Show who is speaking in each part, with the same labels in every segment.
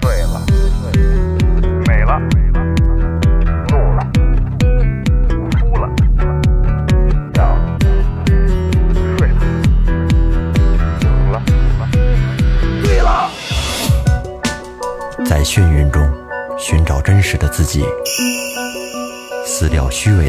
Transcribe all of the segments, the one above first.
Speaker 1: 醉了，美了，怒了，哭了，笑了，睡了，醒了，醉了。
Speaker 2: 在眩晕中寻找真实的自己，撕掉虚伪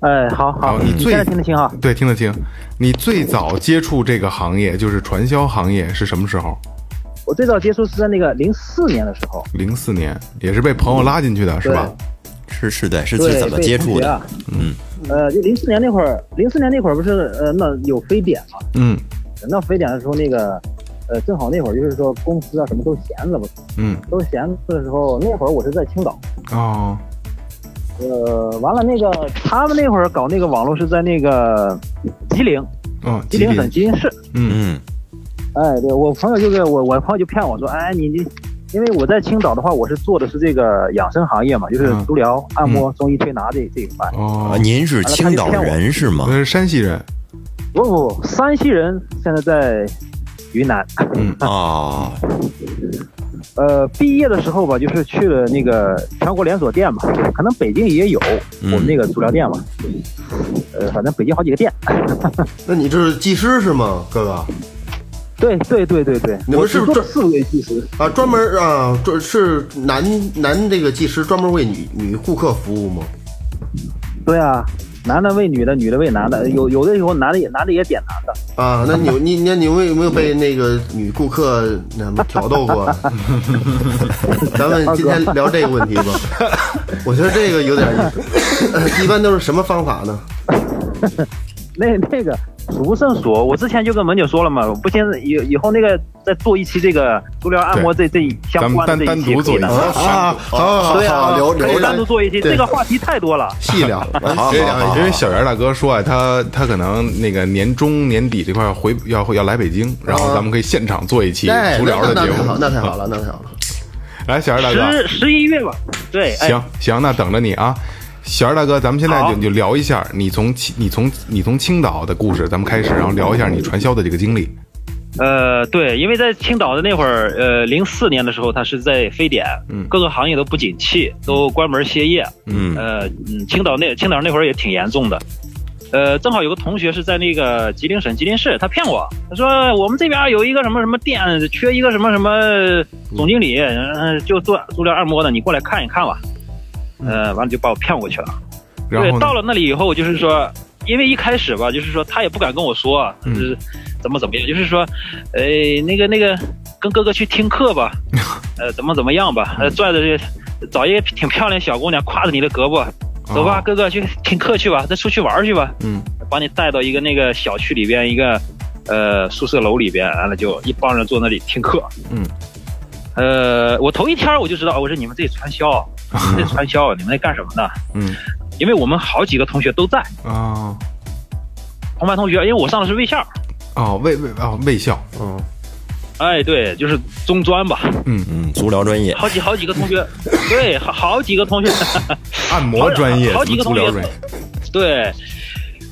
Speaker 3: 哎，好
Speaker 4: 好
Speaker 3: 好，
Speaker 4: 你最
Speaker 3: 现在听得清啊哈？
Speaker 4: 对，听得清。你最早接触这个行业，就是传销行业，是什么时候？
Speaker 3: 我最早接触是在那个零四年的时候，
Speaker 4: 零四年，也是被朋友拉进去的，是吧？
Speaker 5: 是是对，是
Speaker 3: 对，
Speaker 5: 是怎么接触的？
Speaker 3: 嗯，呃，就零四年那会儿，零四年那会儿不是呃，那有非典嘛？
Speaker 4: 嗯
Speaker 3: 那非典的时候，那个呃，正好那会儿就是说公司啊什么都闲着吧，
Speaker 4: 嗯，
Speaker 3: 都闲着的时候，那会儿我是在青岛。
Speaker 4: 哦，
Speaker 3: 呃，完了，那个他们那会儿搞那个网络是在那个吉林，
Speaker 4: 哦，
Speaker 3: 吉
Speaker 4: 吉
Speaker 3: 林省
Speaker 4: 林，
Speaker 3: 吉林市。
Speaker 4: 嗯
Speaker 5: 嗯，
Speaker 3: 哎，对我朋友就给我，我朋友就骗我说，哎，你你，因为我在青岛的话，我是做的是这个养生行业嘛，就是
Speaker 4: 嗯
Speaker 3: 足疗、按摩、中医推拿这这一块。
Speaker 5: 啊，
Speaker 4: 哦，
Speaker 5: 您是青岛人是
Speaker 4: 我
Speaker 5: 吗？
Speaker 4: 是山西人，
Speaker 3: 不不不，山西人现在在云南。
Speaker 4: 嗯
Speaker 5: 哦，
Speaker 3: 呃，毕业的时候吧，就是去了那个全国连锁店嘛，可能北京也有
Speaker 5: 嗯
Speaker 3: 我们那个足疗店嘛。呃，反正北京好几个店。
Speaker 6: 那你这是技师是吗，哥哥？
Speaker 3: 对对对对对，
Speaker 6: 你们
Speaker 3: 我
Speaker 6: 是不是
Speaker 3: 做四个月技师？
Speaker 6: 啊，专门啊，专是男男这个技师专门为女女顾客服务吗？
Speaker 3: 对啊，男的喂女的，女的喂男的，有有的时候男的也男的也点男的。
Speaker 6: 啊， 那你有你那你有没有有没有被那个女顾客那什么挑逗 过？咱们今天聊这个问 题吧。我觉得这个有点意思。一般都是什么方法呢？
Speaker 3: 那那个数不胜数，我之前就跟萌姐说了嘛，我不先以以后那个再做一期这个足疗按摩这这一
Speaker 4: 咱
Speaker 3: 相
Speaker 4: 们
Speaker 3: 关
Speaker 4: 单
Speaker 3: 的这
Speaker 4: 单
Speaker 3: 一期
Speaker 4: 独做
Speaker 3: 可以
Speaker 4: 一期
Speaker 3: 的。
Speaker 6: 啊，好好
Speaker 3: 对啊，
Speaker 6: 留
Speaker 3: 可
Speaker 6: 留
Speaker 3: 以单独
Speaker 6: 着
Speaker 3: 做一期，
Speaker 6: 对
Speaker 3: 这个话题太多了。
Speaker 6: 细聊。
Speaker 5: 好
Speaker 4: 因为
Speaker 5: 好好好
Speaker 4: 因为小袁大哥说啊，他他可能那个年终年底这块儿回要要来北京，然后咱们可以现场做一期
Speaker 6: 啊哎，
Speaker 4: 无
Speaker 6: 那
Speaker 4: 聊的
Speaker 6: 那
Speaker 4: 节
Speaker 6: 那太
Speaker 4: 目
Speaker 6: 好，。那太好了，那太好了。
Speaker 4: 来，小袁大哥，
Speaker 3: 十十一月吧，对，哎，
Speaker 4: 行行，那等着你啊，小二大哥，咱们现在
Speaker 3: 好
Speaker 4: 就就聊一下你从青你从你从青岛的故事，咱们开始，然后聊一下你传销的这个经历。
Speaker 3: 呃，对，因为在青岛的那会儿，呃，零四年的时候，它是在非典，
Speaker 4: 嗯
Speaker 3: 各个行业都不景气，都关门歇业，
Speaker 5: 嗯
Speaker 3: 呃，嗯，青岛那青岛那会儿也挺严重的。呃，正好有个同学是在那个吉林省吉林市，他骗我，他说我们这边有一个什么什么店，缺一个什么什么总经理，嗯、就做足疗按摩的，你过来看一看吧。呃，完了就把我骗过去了。
Speaker 4: 然后
Speaker 3: 对，
Speaker 4: 呢
Speaker 3: 到了那里以后，就是说，因为一开始吧，就是说他也不敢跟我说，啊
Speaker 4: 嗯
Speaker 3: 就是怎么怎么样，就是说，呃，那个那个，跟哥哥去听 课吧，呃，怎么怎么样吧，
Speaker 4: 嗯
Speaker 3: 呃，拽着这个找一个挺漂亮小姑娘，挎着你的胳膊，走吧，
Speaker 4: 哦
Speaker 3: 哥哥去听课去吧，再出去玩儿去吧，
Speaker 4: 嗯，
Speaker 3: 把你带到一个那个小区里边一个呃宿舍楼里边，完了就一帮人坐那里听课。
Speaker 4: 嗯，
Speaker 3: 哦啊呃，我头一天我就知道，我说你们这传销，你们这传销，你们在干什么呢？
Speaker 4: 嗯，
Speaker 3: 因为我们好几个同学都在，
Speaker 4: 啊
Speaker 3: 同班同学，因为我上的是卫校，
Speaker 4: 哦，卫卫哦卫校，
Speaker 6: 嗯，
Speaker 3: 哎，对，就是中专吧，
Speaker 5: 嗯，足疗专业，
Speaker 3: 好几好几个 同学，对，好好几个同学，
Speaker 4: 按摩专业，
Speaker 3: 好几个
Speaker 4: 足疗
Speaker 3: 同学
Speaker 4: 专业，
Speaker 3: 对，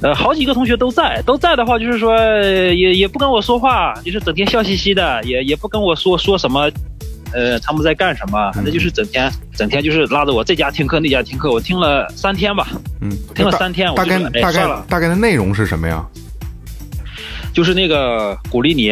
Speaker 3: 呃，好几个同学都在，都在的话，就是说呃也也不跟我说话，就是整天笑嘻嘻的，也也不跟我说说什么，呃，他们在干什么，
Speaker 4: 嗯
Speaker 3: 反正就是整天整天就是拉着我这家听课那家听课，我听了三天吧，
Speaker 4: 嗯，
Speaker 3: 听了
Speaker 4: 大
Speaker 3: 三天我
Speaker 4: 大
Speaker 3: 就
Speaker 4: 概
Speaker 3: 哎
Speaker 4: 大
Speaker 3: 算
Speaker 4: 概
Speaker 3: 了
Speaker 4: 大概的内容是什么呀？
Speaker 3: 就是那个鼓励你，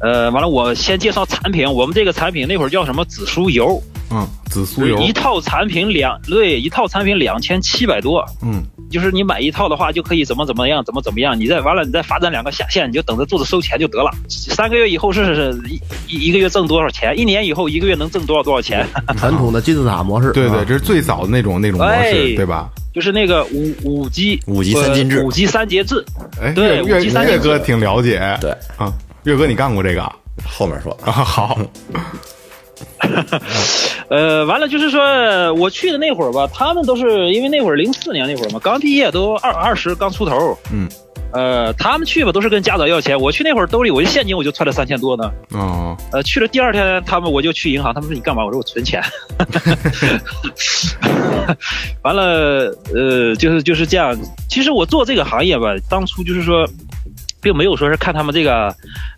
Speaker 3: 呃，完了我先介绍产品，我们这个产品那会儿叫什么紫苏油，
Speaker 4: 嗯，紫苏油，
Speaker 3: 一套产品两对，一套产品两千七百多，
Speaker 4: 嗯，
Speaker 3: 就是你买一套的话就可以怎么怎么样，怎么怎么样，你再完了你再发展两个下线，你就等着肚子收钱就得了。三个月以后是是一一一个月挣多少钱，一年以后一个月能挣多少多少钱，
Speaker 6: 传统的金字塔模式，
Speaker 4: 对对，
Speaker 6: 啊
Speaker 4: 这是最早的那种那种模式，
Speaker 3: 哎
Speaker 4: 对吧？
Speaker 3: 就是那个五五级
Speaker 5: 五级三进制
Speaker 3: 呃五级三节制，
Speaker 4: 哎，
Speaker 3: 对
Speaker 4: 岳
Speaker 3: 五
Speaker 4: 岳
Speaker 3: 级三
Speaker 4: 岳
Speaker 3: 进制
Speaker 4: 哥挺了解，
Speaker 5: 对
Speaker 4: 啊，岳哥你干过这个啊？
Speaker 5: 后面说，
Speaker 4: 好，
Speaker 3: 呃，完了就是说我去的那会儿吧，他们都是因为那会儿零四年那会儿嘛，刚毕业都二二十刚出头，
Speaker 4: 嗯，
Speaker 3: 呃，他们去吧都是跟家长要钱，我去那会儿兜里我就现金我就揣了三千多呢。
Speaker 4: 哦，
Speaker 3: 呃，去了第二天，他们我就去银行，他们说你干嘛？我说我存钱。 完了，呃，就是就是这样。其实我做这个行业吧，当初就是说，并没有说是看他们这个，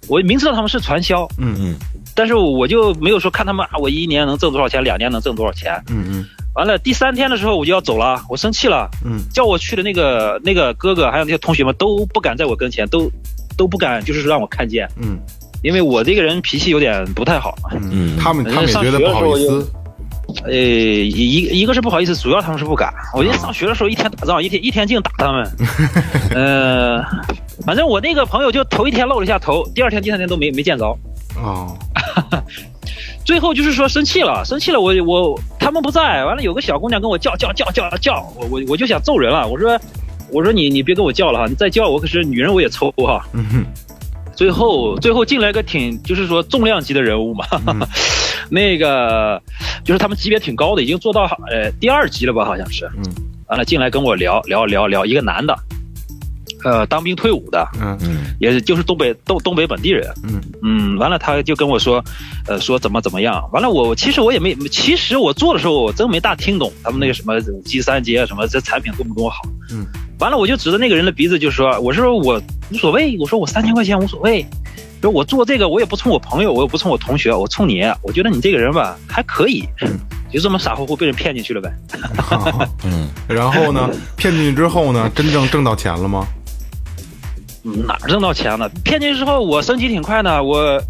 Speaker 3: 我明知道他们是传销，
Speaker 4: 嗯
Speaker 5: 嗯，
Speaker 3: 但是我就没有说看他们啊，我一年能挣多少钱，两年能挣多少钱。
Speaker 4: 嗯嗯
Speaker 3: 完了，第三天的时候我就要走了，我生气了，
Speaker 4: 嗯
Speaker 3: 叫我去的那个那个哥哥还有那些同学们都不敢在我跟前，都都不敢就是让我看见，
Speaker 4: 嗯
Speaker 3: 因为我这个人脾气有点不太好。
Speaker 4: 嗯，他们
Speaker 3: 人
Speaker 4: 他
Speaker 3: 家
Speaker 4: 们也
Speaker 3: 上
Speaker 4: 觉得
Speaker 3: 学
Speaker 4: 不
Speaker 3: 的
Speaker 4: 好
Speaker 3: 时候
Speaker 4: 意
Speaker 3: 就
Speaker 4: 思，
Speaker 3: 呃，一一个是不好意思，主要他们是不敢。我记得上学的时候一天打仗，一天一天净打 他们。呃，反正我那个朋友就头一天露了一下头，第二天、第三天都没没见着。
Speaker 4: 哦，
Speaker 3: 最后就是说生气了，生气了，我我他们不在，完了有个小姑娘跟我叫叫叫叫叫，我我我就想揍人了，我说我说你你别跟我叫了哈，你再叫我可是女人我也抽哈、
Speaker 4: 嗯哼
Speaker 3: 最后最后进来个挺就是说重量级的人物嘛，
Speaker 4: 嗯
Speaker 3: 那个就是他们级别挺高的，已经做到呃第二级了吧，好像是。
Speaker 4: 嗯。
Speaker 3: 完了进来跟我聊聊聊聊，一个男的，呃，当兵退伍的，
Speaker 4: 嗯
Speaker 5: 嗯
Speaker 3: 也就是东北东东北本地人。
Speaker 4: 嗯
Speaker 3: 嗯，完了他就跟我说，呃，说怎么怎么样。完了我我其实我也没，其实我做的时候我真没大听懂他们那个什么五 G 三节啊什么这产品多么多么好。
Speaker 4: 嗯，
Speaker 3: 完了我就指着那个人的鼻子就说，我说我无所谓，我说我三千块钱无所谓。就我做这个，我也不冲我朋友，我也不冲我同学，我冲你。我觉得你这个人吧，还可以，
Speaker 4: 嗯
Speaker 3: 就这么傻乎乎被人骗进去了呗。
Speaker 4: 好，
Speaker 5: 嗯，
Speaker 4: 然后呢，骗进去之后呢，真正挣到钱了吗？
Speaker 3: 哪儿挣到钱了？骗进去之后，我升级挺快的，我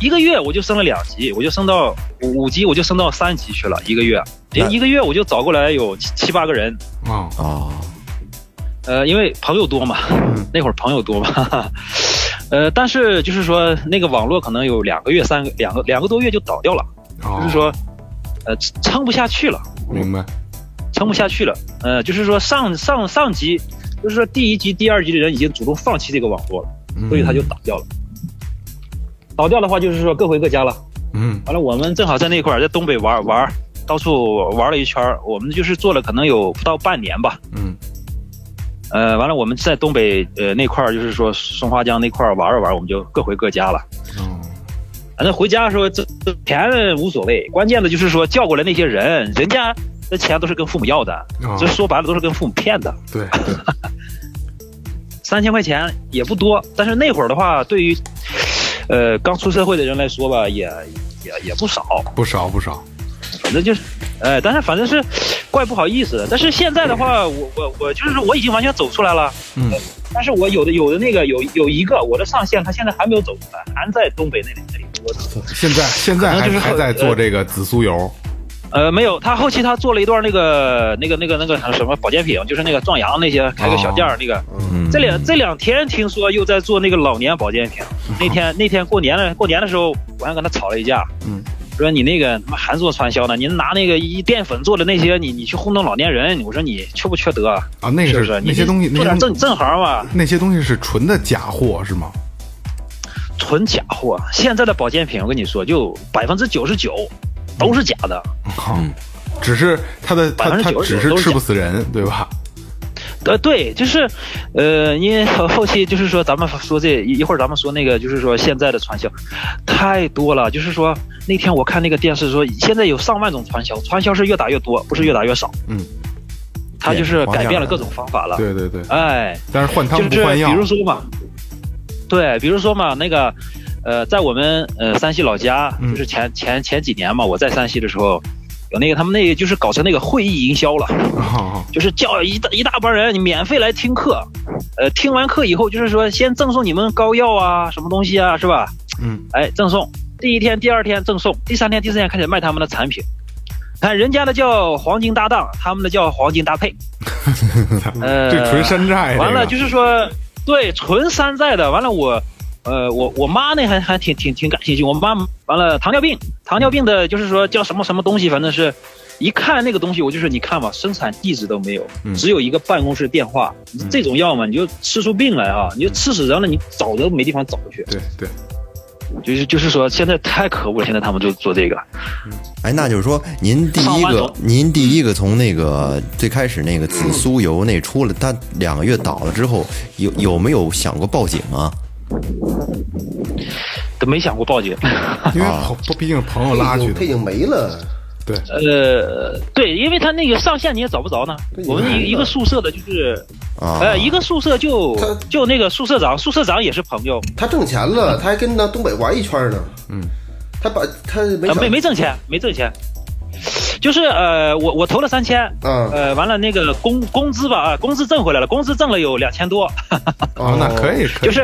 Speaker 3: 一个月我就升了两级，我就升到五五级，我就升到三级去了。一个月，
Speaker 5: 那
Speaker 3: 一个月我就找过来有七七八个人，
Speaker 4: 啊，
Speaker 5: 哦，
Speaker 3: 呃，因为朋友多嘛，那会儿朋友多嘛，哈 哈呃，但是就是说那个网络可能有两个月、三个两个两个多月就倒掉了，
Speaker 4: 哦
Speaker 3: 就是说，呃，撑不下去了。
Speaker 4: 明白，
Speaker 3: 撑不下去了。呃，就是说上上上级，就是说第一级、第二级的人已经主动放弃这个网络了，嗯所以他就倒掉了。倒掉的话，就是说各回各家了。
Speaker 4: 嗯
Speaker 3: 完了，我们正好在那块儿，在东北玩玩，到处玩了一圈儿。我们就是做了可能有不到半年吧。
Speaker 4: 嗯
Speaker 3: 呃，完了，我们在东北呃那块儿，就是说松花江那块儿玩了玩，我们就各回各家了。
Speaker 4: 哦，
Speaker 3: 反正回家的时候，这这钱无所谓，关键的就是说叫过来那些人，人家的钱都是跟父母要的，
Speaker 4: 哦
Speaker 3: 这说白了都是跟父母骗的。
Speaker 4: 对，
Speaker 3: 三千块钱也不多，但是那会儿的话，对于呃刚出社会的人来说吧，也也也不少，
Speaker 4: 不少不 少，
Speaker 3: 反正就是，呃，但是反正是怪不好意思的。但是现在的话，我我我就是说我已经完全走出来了，
Speaker 4: 嗯
Speaker 3: 呃但是我有的有的那个有有一个我的上线，他现在还没有走出来，还在东北那里那里窝着。
Speaker 4: 现在现在还
Speaker 3: 可能就是
Speaker 4: 还
Speaker 3: 后
Speaker 4: 在做这个紫苏油，
Speaker 3: 呃，没有，他后期他做了一段那个那个那个那个什么保健品，就是那个壮阳那些开个小店儿那个。
Speaker 5: 嗯，
Speaker 3: 这两这两天听说又在做那个老年保 健品。那天那天过年了，过年的时候我还跟他吵了一架。
Speaker 4: 嗯，
Speaker 3: 说你那个他妈还做传销呢，您拿那个一淀粉做的那些，你你去糊弄老年人，我说你缺不缺德啊？
Speaker 4: 啊，那个
Speaker 3: 是不
Speaker 4: 是
Speaker 3: 是？
Speaker 4: 那些东西，
Speaker 3: 你做
Speaker 4: 那
Speaker 3: 点
Speaker 4: 些
Speaker 3: 正正行吧，
Speaker 4: 那些东西是纯的假货是吗？
Speaker 3: 纯假货。现在的保健品，我跟你说，就百分之九十九都是假的。
Speaker 4: 嗯只是他的他他
Speaker 3: 99%
Speaker 4: 只是吃不死人，对吧？
Speaker 3: 呃，对，就是，呃，因为后后期就是说，咱们说这一一会儿，咱们说那个，就是说现在的传销太多了。就是说那天我看那个电视说，现在有上万种传销，传销是越打越多，不是越打越少。
Speaker 4: 嗯，
Speaker 3: 他就是改变了各种方法了。
Speaker 4: 对对对，
Speaker 3: 哎，
Speaker 4: 但是换汤
Speaker 3: 就
Speaker 4: 不
Speaker 3: 是
Speaker 4: 换药
Speaker 3: 比，如说嘛，对，比如说嘛，那个，呃，在我们呃山西老家，
Speaker 4: 嗯
Speaker 3: 就是前前前几年嘛，我在山西的时候，有那个他们那个就是搞成那个会议营销了，
Speaker 4: 哦
Speaker 3: 就是叫一大一大帮人免费来听课，呃，听完课以后就是说先赠送你们膏药啊，什么东西啊，是吧？
Speaker 4: 嗯，
Speaker 3: 哎，赠送，第一天、第二天赠送，第三天、第四天开始卖他们的产品。看人家的叫黄金搭档，他们的叫黄金搭配。 呃，
Speaker 4: 这纯山寨。
Speaker 3: 完了
Speaker 4: 哎这个
Speaker 3: 就是说，对，纯山寨的。完了我，呃，我我妈那还还挺挺挺感兴趣。我妈完了糖尿病，糖尿病的就是说叫什么什么东西，反正是。一看那个东西，我就是你看吧，生产地址都没有，
Speaker 4: 嗯
Speaker 3: 只有一个办公室电话。你这种药嘛，你就吃出病来啊！你就吃死人了，你找都没地方找去。
Speaker 4: 对对，
Speaker 3: 就是就是说，现在太可恶了，现在他们就做这个。
Speaker 5: 哎，那就是说，您第
Speaker 3: 上
Speaker 5: 一
Speaker 3: 万
Speaker 5: 个
Speaker 3: 种，
Speaker 5: 您第一个从那个最开始那个紫苏油那出来，他两个月倒了之后，有有没有想过报警啊？
Speaker 3: 都没想过报警。
Speaker 4: 因为朋毕竟是朋友拉去
Speaker 6: 他
Speaker 4: 的，
Speaker 6: 已经没了，
Speaker 4: 对，
Speaker 3: 呃，对，因为他那个上线你也找不着呢。我们一一个宿舍的，就是，
Speaker 5: 啊
Speaker 3: 呃，一个宿舍就
Speaker 6: 他
Speaker 3: 就那个宿舍长，宿舍长也是朋友，
Speaker 6: 他挣钱了，他还跟那东北玩一圈呢。嗯，他把他没
Speaker 3: 呃、没
Speaker 6: 少
Speaker 3: 没挣钱，没挣钱。就是呃，我我投了三千，
Speaker 6: 嗯
Speaker 3: 呃，完了那个工工资吧，啊，工资挣回来了，工资挣了有两千多，
Speaker 4: 哦，那可以，可以
Speaker 3: 就是，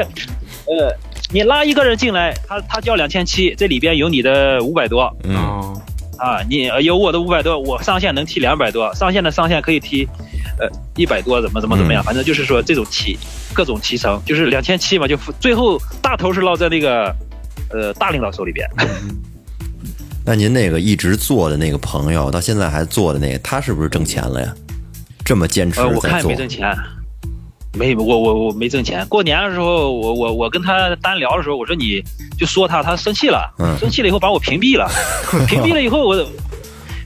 Speaker 3: 呃，你拉一个人进来，他他交两千七，这里边有你的五百多，
Speaker 5: 嗯，
Speaker 4: 哦，
Speaker 3: 啊，你呃有我的五百多，我上限能踢两百多，上限的上限可以踢，呃一百多，怎么怎么怎么
Speaker 5: 嗯
Speaker 3: 样，反正就是说这种踢，各种提成，就是两千七嘛，就最后大头是落在那个呃大领导手里边。
Speaker 5: 那您那个一直做的那个朋友，到现在还做的那个，他是不是挣钱了呀？这么坚持
Speaker 3: 呃，我
Speaker 5: 在
Speaker 3: 看也
Speaker 5: 做
Speaker 3: 没，挣钱，没我我我没挣钱。过年的时候，我我我跟他单聊的时候，我说你就说他，他生气了，
Speaker 5: 嗯
Speaker 3: 生气了以后把我屏蔽 了，屏蔽了以后我。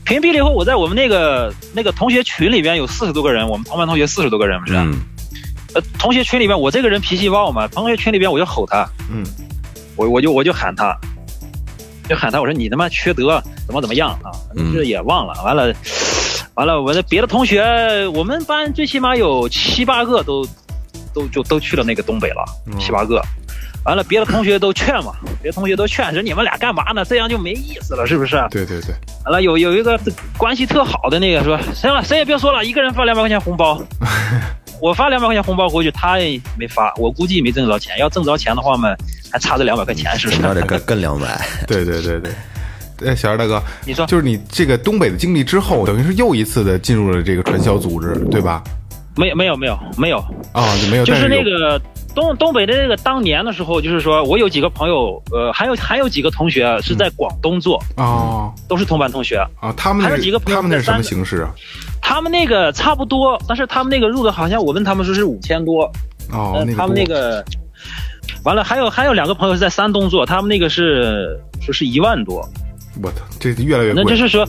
Speaker 3: 屏蔽了以后，我在我们那个那个同学群里边有四十多个人，我们同班同学四十多个人，不是？
Speaker 5: 嗯，
Speaker 3: 呃，同学群里边，我这个人脾气暴嘛，同学群里边我就吼他，
Speaker 4: 嗯，
Speaker 3: 我我就我就喊他，就喊他，我说你他妈缺德，怎么怎么样啊？
Speaker 5: 嗯
Speaker 3: 这也忘了，完了，完了，我的别的同学，我们班最起码有七八个都都就都去了那个东北了，
Speaker 4: 嗯
Speaker 3: 七八个。完了，别的同学都劝嘛，别的同学都劝，说你们俩干嘛呢？这样就没意思了，是不是？啊
Speaker 4: 对对对，
Speaker 3: 完了，有有一个关系特好的那个说，行了，谁也别说了，一个人发两百块钱 红包。我发两百块钱红包回去，他也没发，我估计没挣着钱。要挣着钱的话嘛，还差这两百块钱，是不
Speaker 5: 那得
Speaker 3: 是？
Speaker 5: 跟跟两百，
Speaker 4: 对对对对。哎，小二大哥，
Speaker 3: 你说
Speaker 4: 就是你这个东北的经历之后，等于是又一次的进入了这个传销组织，对吧？
Speaker 3: 没有没有没有没有，
Speaker 4: 啊、就没有，
Speaker 3: 就
Speaker 4: 但
Speaker 3: 是
Speaker 4: 有
Speaker 3: 那个东东北的那个当年的时候，就是说我有几个朋友，呃，还有还有几个同学是
Speaker 4: 嗯
Speaker 3: 在广东做，
Speaker 4: 哦
Speaker 3: 都是同班同学。
Speaker 4: 啊，他们那
Speaker 3: 还有几个朋友
Speaker 4: 他们那是什么
Speaker 3: 在山
Speaker 4: 形式啊？
Speaker 3: 他们那个差不多，但是他们那个入的好像我问他们说是五千多，
Speaker 4: 哦
Speaker 3: 呃，
Speaker 4: 那个
Speaker 3: 他们那
Speaker 4: 多
Speaker 3: 个，完了还有还有两个朋友是在山东做，他们那个是说是一万多，
Speaker 4: 我操，这越来越
Speaker 3: 那
Speaker 4: 贵，
Speaker 3: 就是说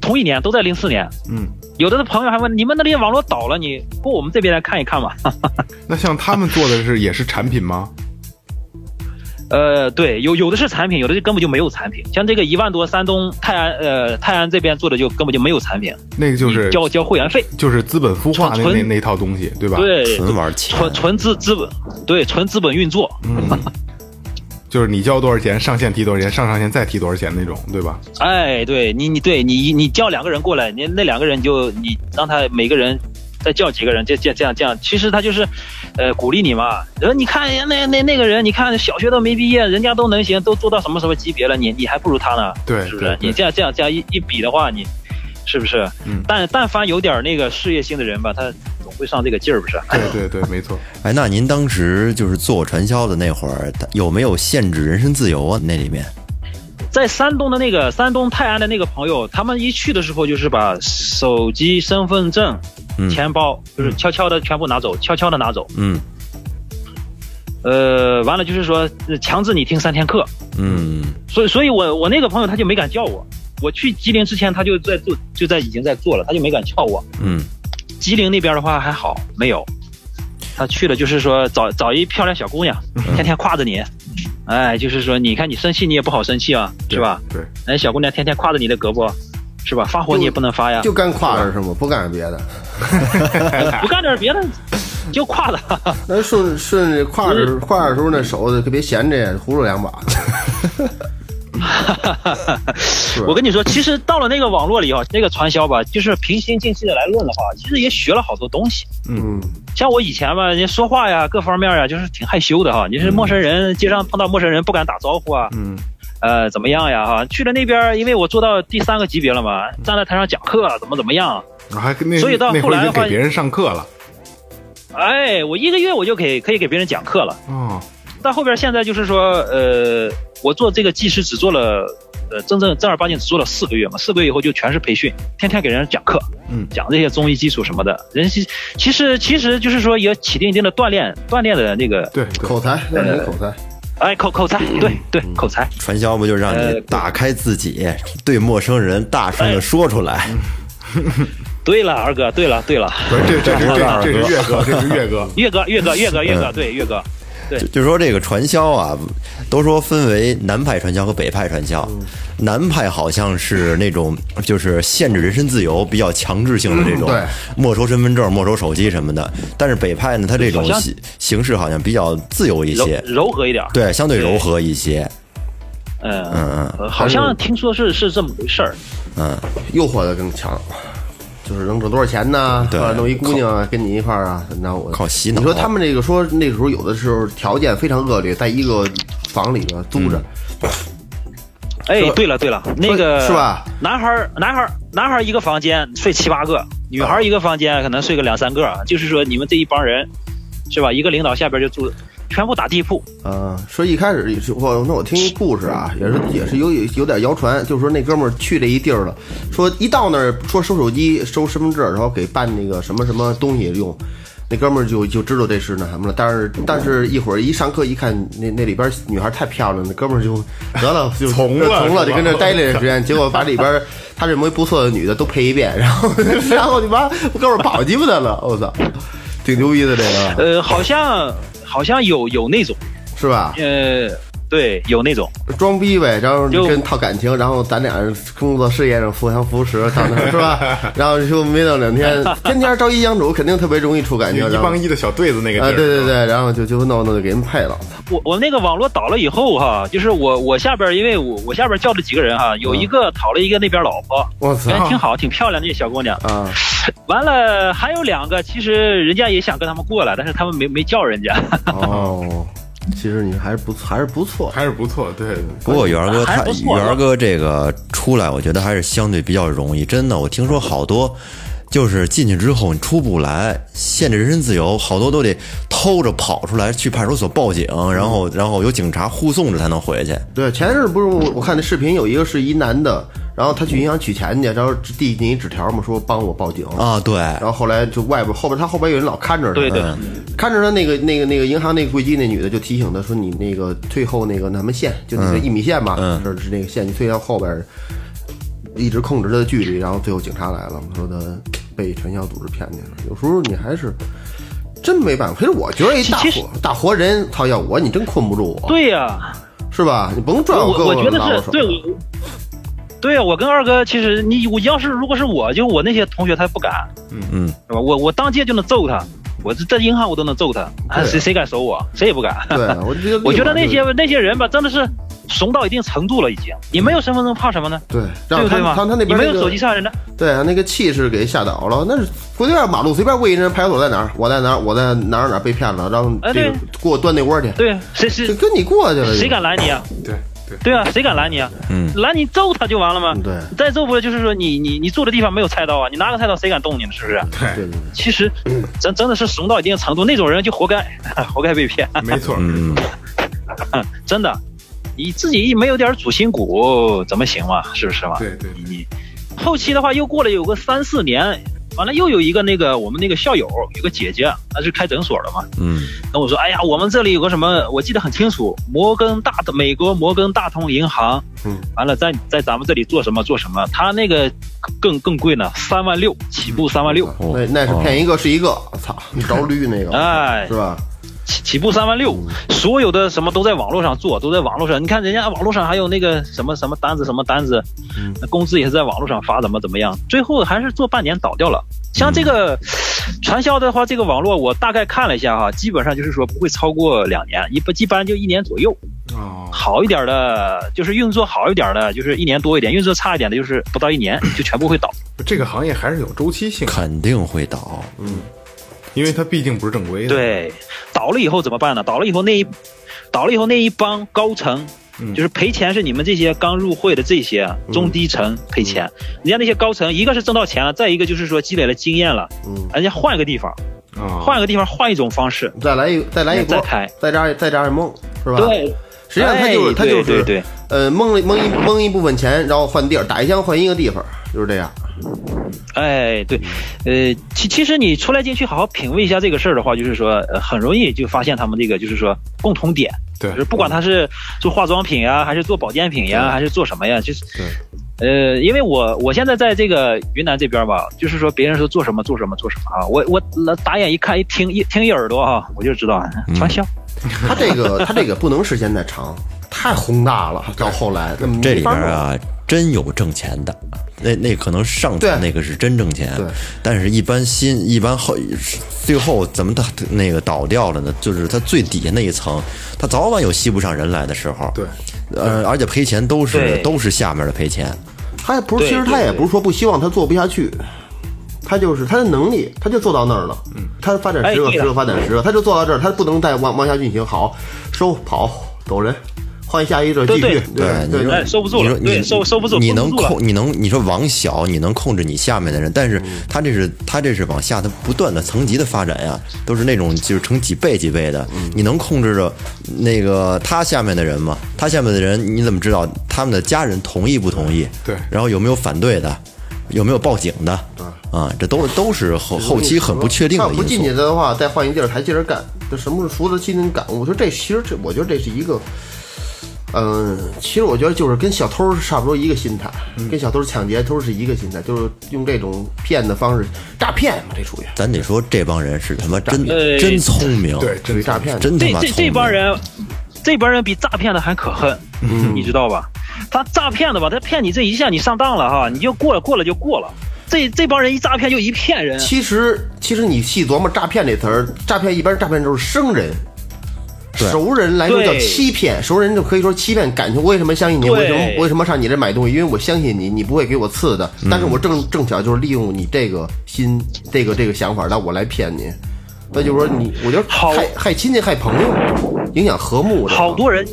Speaker 3: 同一年都在零四年，
Speaker 4: 嗯。
Speaker 3: 有的朋友还问你们那里网络倒了，你过我们这边来看一看吧。
Speaker 4: 那像他们做的是也是产品吗？
Speaker 3: 呃，对，有有的是产品，有的就根本就没有产品，像这个一万多，山东泰安呃泰安这边做的就根本就没有产品，
Speaker 4: 那个就
Speaker 3: 你
Speaker 4: 是
Speaker 3: 交交会员费，
Speaker 4: 就是资本孵化那
Speaker 3: 纯
Speaker 4: 那那套东西，对吧？，
Speaker 3: 对，
Speaker 5: 纯玩钱，
Speaker 3: 纯纯资资本，对，纯资本运作，
Speaker 4: 就是你交多少钱，上线提多少钱，上上线再提多少钱那种，对吧？
Speaker 3: 哎，对你，你对你，你叫两个人过来，你那两个人就你让他每个人再叫几个人，这这这样这样，其实他就是，呃，鼓励你嘛。然后你看哎那那那个人，你看小学都没毕业，人家都能行，都做到什么什么级别了，你你还不如他呢，
Speaker 4: 对
Speaker 3: 是不
Speaker 4: 对
Speaker 3: 是？
Speaker 4: 对
Speaker 3: 你这样这样这样一一比的话，你是不是？
Speaker 4: 嗯
Speaker 3: 但但凡有点那个事业心的人吧，他总会上这个劲儿，不是？
Speaker 4: 对对对，没错。
Speaker 5: 哎，那您当时就是做传销的那会儿，他有没有限制人身自由啊？那里面
Speaker 3: 在山东的那个山东泰安的那个朋友，他们一去的时候就是把手机、身份证、
Speaker 5: 嗯
Speaker 3: 钱包，就是悄悄的全部拿走，悄悄的拿走。
Speaker 5: 嗯
Speaker 3: 呃，完了就是说呃强制你听三天课，
Speaker 5: 嗯
Speaker 3: 所以所以我我那个朋友他就没敢叫我。我去吉林之前，他就在做，就在已经在做了，他就没敢叫我。
Speaker 5: 嗯，
Speaker 3: 吉林那边的话还好，没有。他去了就是说找找一漂亮小姑娘，
Speaker 4: 嗯
Speaker 3: 天天挎着你，哎，就是说你看你生气你也不好生气啊，是吧？
Speaker 4: 对，
Speaker 3: 哎，小姑娘天天挎着你的胳膊，是吧？发火你也不能发呀，啊
Speaker 6: 就干挎着是吗？不干点别的，
Speaker 3: 不干点别的，就挎 着。
Speaker 6: 那顺顺着挎着挎着的时候，那手可别闲着呀，葫芦两 把。
Speaker 3: 我跟你说，其实到了那个网络里啊，那个传销吧，就是平心静气的来论的话，其实也学了好多东西。
Speaker 6: 嗯，
Speaker 3: 像我以前吧，人家说话呀，各方面呀，就是挺害羞的哈。你是陌生人，街上碰到陌生人不敢打招呼啊。
Speaker 4: 嗯，
Speaker 3: 呃，怎么样呀？哈，去了那边，因为我做到第三个级别了嘛，
Speaker 4: 嗯
Speaker 3: 站在台上讲课，啊怎么怎么样？
Speaker 4: 还跟那
Speaker 3: 所以到
Speaker 4: 那
Speaker 3: 后
Speaker 4: 会儿
Speaker 3: 来
Speaker 4: 已
Speaker 3: 的
Speaker 4: 经
Speaker 3: 话
Speaker 4: 给别人上课了
Speaker 3: 哎，我一个月我就给可以给别人讲课了。
Speaker 4: 哦，
Speaker 3: 到后边现在就是说，呃，我做这个技师只做了，呃，真正正儿八经只做了四个月嘛，四个月以后就全是培训，天天给人讲课，
Speaker 4: 嗯
Speaker 3: 讲这些中医基础什么的。人其其实其实就是说也起定一定的锻炼锻炼的那个，
Speaker 4: 对对，
Speaker 6: 口才，那你口
Speaker 5: 呃
Speaker 6: 才，
Speaker 3: 哎，口口才，对对，口才。
Speaker 5: 传销不就让你
Speaker 3: 呃哎
Speaker 5: 打开自己，对陌生人大声的说出来？
Speaker 3: 对了，二哥，对了对了，
Speaker 4: 不是这这是这这是岳哥，这是岳 哥，
Speaker 3: 岳哥岳哥岳哥岳哥，对岳哥，
Speaker 5: 就就说这个传销啊，都说分为南派传销和北派传销。南派好像是那种就是限制人身自由比较强制性的
Speaker 3: 嗯
Speaker 5: 这种，
Speaker 6: 对
Speaker 5: 没收身份证、没收手机什么的。但是北派呢，它这种
Speaker 3: 好像
Speaker 5: 形形式好像比较自由一
Speaker 3: 柔
Speaker 5: 些，
Speaker 3: 柔和一点，
Speaker 5: 对，相对
Speaker 3: 对
Speaker 5: 柔和一些。
Speaker 3: 嗯
Speaker 5: 嗯
Speaker 3: 呃好像听说是是这么回事儿，
Speaker 6: 诱惑的更强，就是能挣多少钱呢？
Speaker 5: 对
Speaker 6: 或者弄一姑娘啊跟你一块儿啊，那我
Speaker 5: 靠洗脑
Speaker 6: 你说他们这个说那个时候有的时候条件非常恶劣，在一个房里边租
Speaker 5: 嗯
Speaker 6: 着，
Speaker 3: 哎
Speaker 6: 说，
Speaker 3: 对了对了，那个
Speaker 6: 是吧？
Speaker 3: 男孩儿男孩儿男孩儿一个房间睡七八个，女孩儿一个房间可能睡个两三个，啊就是说你们这一帮人，是吧？一个领导下边就住，全部打地铺。
Speaker 6: 啊，说一开始我那我听一故事啊，也是也是有有有点谣传，就是说那哥们儿去这一地儿了，说一到那儿说收手机、收身份证，然后给办那个什么什么东西用，那哥们儿就就知道这是那什么了。但是但是一会儿一上课一看那那里边女孩太漂亮了，那哥们儿就得了就
Speaker 4: 从了
Speaker 6: 从了，
Speaker 4: 是吧
Speaker 6: 就跟这待了一段时间，结果把 里边他认为不错的女的都配一遍，然后 然后你妈哥们儿跑鸡巴的了，我操，挺牛逼的这个
Speaker 3: 呃，好像好像有有那种，
Speaker 6: 是吧？
Speaker 3: 呃，对，有那种。
Speaker 6: 装逼呗，然后
Speaker 3: 就
Speaker 6: 跟套感情，然后咱俩工作事业上互相扶持，到那儿是 吧？然后就没等两天，天天朝夕相处，肯定特别容易出感情。
Speaker 4: 就一
Speaker 6: 然后
Speaker 4: 帮一的小对子那个地
Speaker 6: 啊，
Speaker 4: 儿，
Speaker 6: 对对对，然后就就弄弄就给人配 了，
Speaker 3: 我我那个网络倒了以后哈，就是我我下边，因为我我下边叫了几个人哈，有一个讨了一个那边老婆，
Speaker 6: 嗯我操
Speaker 3: 人挺好，挺漂亮的那小姑娘。
Speaker 6: 啊！
Speaker 3: 完了还有两个，其实人家也想跟他们过来，但是他们没没叫人 家。
Speaker 6: 哦，其实你还是不错还是不错，
Speaker 4: 还是不错，对，
Speaker 5: 不过元儿哥
Speaker 3: 还
Speaker 5: 他
Speaker 3: 不错
Speaker 5: 元儿哥这个出来，我觉得还是相对比较容易。真的，我听说好多就是进去之后你出不来，限制人身自由，好多都得偷着跑出来去派出所报警，然后然后有警察护送着才能回去。
Speaker 6: 对，前阵儿不是我我看那视频，有一个是一男的，然后他去银行取钱去，然后递进一纸条嘛，说帮我报警
Speaker 5: 啊，对，
Speaker 6: 然后后来就外边后边他后边有人老看着他，嗯
Speaker 3: 对对
Speaker 6: 看着他那个那个那个银行那个柜机那女的就提醒他说你那个退后那个那什么线，就那个
Speaker 3: 嗯
Speaker 6: 一米线吧，是是那个线，你退到后边，一直控制他的距离，然后最后警察来了，说他被传销组织骗去了。有时候你还是真没办法，其实我觉得一大
Speaker 3: 其实
Speaker 6: 活大活人，操要我你真困不住我，
Speaker 3: 对呀、
Speaker 6: 是吧？你甭转胳
Speaker 3: 我我觉
Speaker 6: 膊
Speaker 3: 得
Speaker 6: 拉
Speaker 3: 是
Speaker 6: 手，
Speaker 3: 对我，我对啊，我跟二哥其实你我要是如果是我就我那些同学他不敢，嗯
Speaker 5: 嗯，
Speaker 3: 是吧？我我当街就能揍他，我这在银行我都能揍他，啊、
Speaker 6: 对
Speaker 3: 谁谁敢手我，谁也不敢。
Speaker 6: 对，我觉得
Speaker 3: 我觉得那
Speaker 6: 啊立马就
Speaker 3: 些那些人吧，真的是怂到一定程度了，已经。你没有身份证怕什么呢？
Speaker 6: 对，
Speaker 3: 对
Speaker 6: 让
Speaker 3: 不
Speaker 6: 嗯他
Speaker 3: 对
Speaker 6: 让
Speaker 3: 嘛？
Speaker 6: 他那边
Speaker 3: 你没有
Speaker 6: 那个
Speaker 3: 手机上人呢？
Speaker 6: 对啊，那个气势给吓倒了。那是不对啊，马路随便问一人派出所在哪儿，我在哪儿，我在哪儿哪儿被骗了，然后
Speaker 3: 哎
Speaker 6: 这个
Speaker 3: 对
Speaker 6: 给我端那窝去，
Speaker 3: 对，谁
Speaker 6: 就
Speaker 3: 谁
Speaker 6: 跟你过去了。
Speaker 3: 谁敢拦你啊？
Speaker 4: 对对，
Speaker 3: 对啊，谁敢拦你啊？
Speaker 5: 嗯，
Speaker 3: 拦你揍他就完了吗？
Speaker 6: 对
Speaker 3: 再揍不就是说你你你住的地方没有菜刀啊？你拿个菜刀谁敢动你呢？是不是？
Speaker 6: 对？对对，
Speaker 3: 其实，
Speaker 6: 嗯
Speaker 3: 真真的是怂到一定程度，那种人就活该， 活该被骗，
Speaker 4: 没错，
Speaker 5: 嗯，
Speaker 3: 真的。你自己一没有点主心骨，怎么行嘛？是不是嘛？
Speaker 4: 对对对
Speaker 3: 你你后期的话，又过了有个三四年，完了又有一个那个我们那个校友有个姐姐，她是开诊所的嘛，
Speaker 5: 嗯，
Speaker 3: 跟我说，哎呀，我们这里有个什么，我记得很清楚，摩根大美国摩根大通银行，
Speaker 6: 嗯，
Speaker 3: 完了在在咱们这里做什么做什么，他那个更更贵呢，三万六起步，三万六，
Speaker 5: 哦
Speaker 6: 那那是骗一个是一个，操，着绿那个，
Speaker 3: 哎
Speaker 6: 是吧？
Speaker 3: 起起步三万六，所有的什么都在网络上做，都在网络上。你看人家网络上还有那个什么什么单子什么单子，那工资也是在网络上发，怎么怎么样，最后还是做半年倒掉了。像这个传销的话，这个网络我大概看了一下哈，基本上就是说不会超过两年，一般一般就一年左右。
Speaker 4: 哦，
Speaker 3: 好一点的，就是运作好一点的，就是一年多一点；运作差一点的，就是不到一年就全部会倒。
Speaker 4: 这个行业还是有周期性的，
Speaker 5: 肯定会倒。
Speaker 4: 因为它毕竟不是正规的。，
Speaker 3: 对，倒了以后怎么办呢？倒了以后那一，倒了以后那一帮高层，
Speaker 4: 嗯
Speaker 3: 就是赔钱是你们这些刚入会的这些中低层赔钱，
Speaker 6: 嗯
Speaker 3: 人家那些高层，一个是挣到钱了，再一个就是说积累了经验了，
Speaker 6: 嗯，哦
Speaker 3: 人家换个地方，
Speaker 4: 啊，
Speaker 3: 换个地方，换一种方式，
Speaker 6: 再来一再来一波
Speaker 3: 再开，
Speaker 6: 再扎再扎点梦，是吧？
Speaker 3: 对，
Speaker 6: 实际上他就是
Speaker 3: 哎
Speaker 6: 他就是
Speaker 3: 对对对
Speaker 6: 呃蒙了蒙一蒙一部分钱，然后换地儿，打一枪换一个地方，就是这样。
Speaker 3: 哎，对，呃，其其实你出来进去好好品味一下这个事儿的话，就是说，呃，很容易就发现他们这个就是说共同点，
Speaker 4: 对
Speaker 3: 就是不管他是做化妆品呀，还是做保健品呀，还是做什么呀，就是，呃，因为我我现在在这个云南这边吧，就是说别人说做什么做什么做什么啊，我我打眼一看一听一听一耳朵啊，我就知道
Speaker 5: 嗯
Speaker 3: 传销，
Speaker 6: 他这个他这个不能时间再长，太宏大了。到后来那
Speaker 5: 这
Speaker 6: 没
Speaker 5: 里边
Speaker 6: 法弄
Speaker 5: 啊，真有挣钱的，那那可能上
Speaker 6: 对
Speaker 5: 层那个是真挣钱
Speaker 6: 对，
Speaker 5: 但是一般新一般后最后怎么他那个倒掉了呢？就是他最底下那一层，他早晚有吸不上人来的时候。
Speaker 4: 对，
Speaker 5: 呃，而且赔钱都是
Speaker 3: 对
Speaker 5: 都是下面的赔钱。
Speaker 6: 他也不是，
Speaker 3: 对
Speaker 6: 其实他
Speaker 3: 对
Speaker 6: 也
Speaker 3: 对
Speaker 6: 不是说不希望他做不下去，他就是他的能力，他就做到那儿了。嗯，他发展
Speaker 3: 哎
Speaker 6: 十个，十
Speaker 3: 对了
Speaker 6: 个发展十个，他就做到这儿，他不能再往往下进行。好，收跑走人，换下一个继
Speaker 3: 对
Speaker 6: 续。
Speaker 3: 对
Speaker 6: 对
Speaker 5: 你
Speaker 3: 哎，收不住
Speaker 5: 你
Speaker 3: 了，
Speaker 5: 说
Speaker 3: 对，
Speaker 5: 你
Speaker 3: 收收不住，
Speaker 5: 你
Speaker 3: 绷
Speaker 5: 能
Speaker 3: 不住了
Speaker 5: 控，你能你说往小，你能控制你下面的人，但是他这是他这是往下，他不断的层级的发展呀，都是那种就是成几倍几倍的。
Speaker 3: 嗯
Speaker 5: 你能控制着那个他下面的人吗？他下面的人你怎么知道他们的家人同意不同
Speaker 3: 嗯
Speaker 5: 意？
Speaker 4: 对
Speaker 5: 然后有没有反对的？有没有报警的？
Speaker 3: 嗯
Speaker 5: 啊，这都都是后后期很不确定
Speaker 6: 他
Speaker 5: 的
Speaker 6: 要不
Speaker 5: 因
Speaker 6: 进去
Speaker 5: 素。
Speaker 6: 的话，再换一地儿还接着干，这什么时候熟了进行干？我说这其实这，我觉得这是一个，嗯，其实我觉得就是跟小偷差不多一个心态，
Speaker 3: 嗯
Speaker 6: 跟小偷抢劫偷是一个心态，就是用这种骗的方式诈骗嘛，这属于
Speaker 5: 咱得说这帮人是他妈真
Speaker 3: 哎
Speaker 5: 真聪明，
Speaker 4: 对，
Speaker 6: 属
Speaker 4: 真
Speaker 6: 于诈骗的。
Speaker 5: 真他
Speaker 3: 这
Speaker 5: 妈
Speaker 3: 这
Speaker 5: 聪
Speaker 3: 这
Speaker 5: 明。
Speaker 3: 帮人，这帮人比诈骗的还可恨，
Speaker 5: 嗯
Speaker 3: 你知道吧？他诈骗的吧，他骗你这一下你上当了哈，你就过了过了就过了。这这帮人一诈骗就一骗人，
Speaker 6: 其实，其实你细琢磨“诈骗”这词儿，诈骗一般诈骗就是生人，熟人来说叫
Speaker 3: 对
Speaker 6: 欺骗，熟人就可以说欺骗感情。我为什么相信你？为什
Speaker 3: 对
Speaker 6: 么为什么上你这买东西？因为我相信你，你不会给我次的。
Speaker 3: 嗯
Speaker 6: 但是我正正巧就是利用你这个心，这个这个想法，那我来骗你。那就是说你，我觉得
Speaker 3: 好
Speaker 6: 害害亲戚害朋友，影响和睦的。
Speaker 3: 好多人。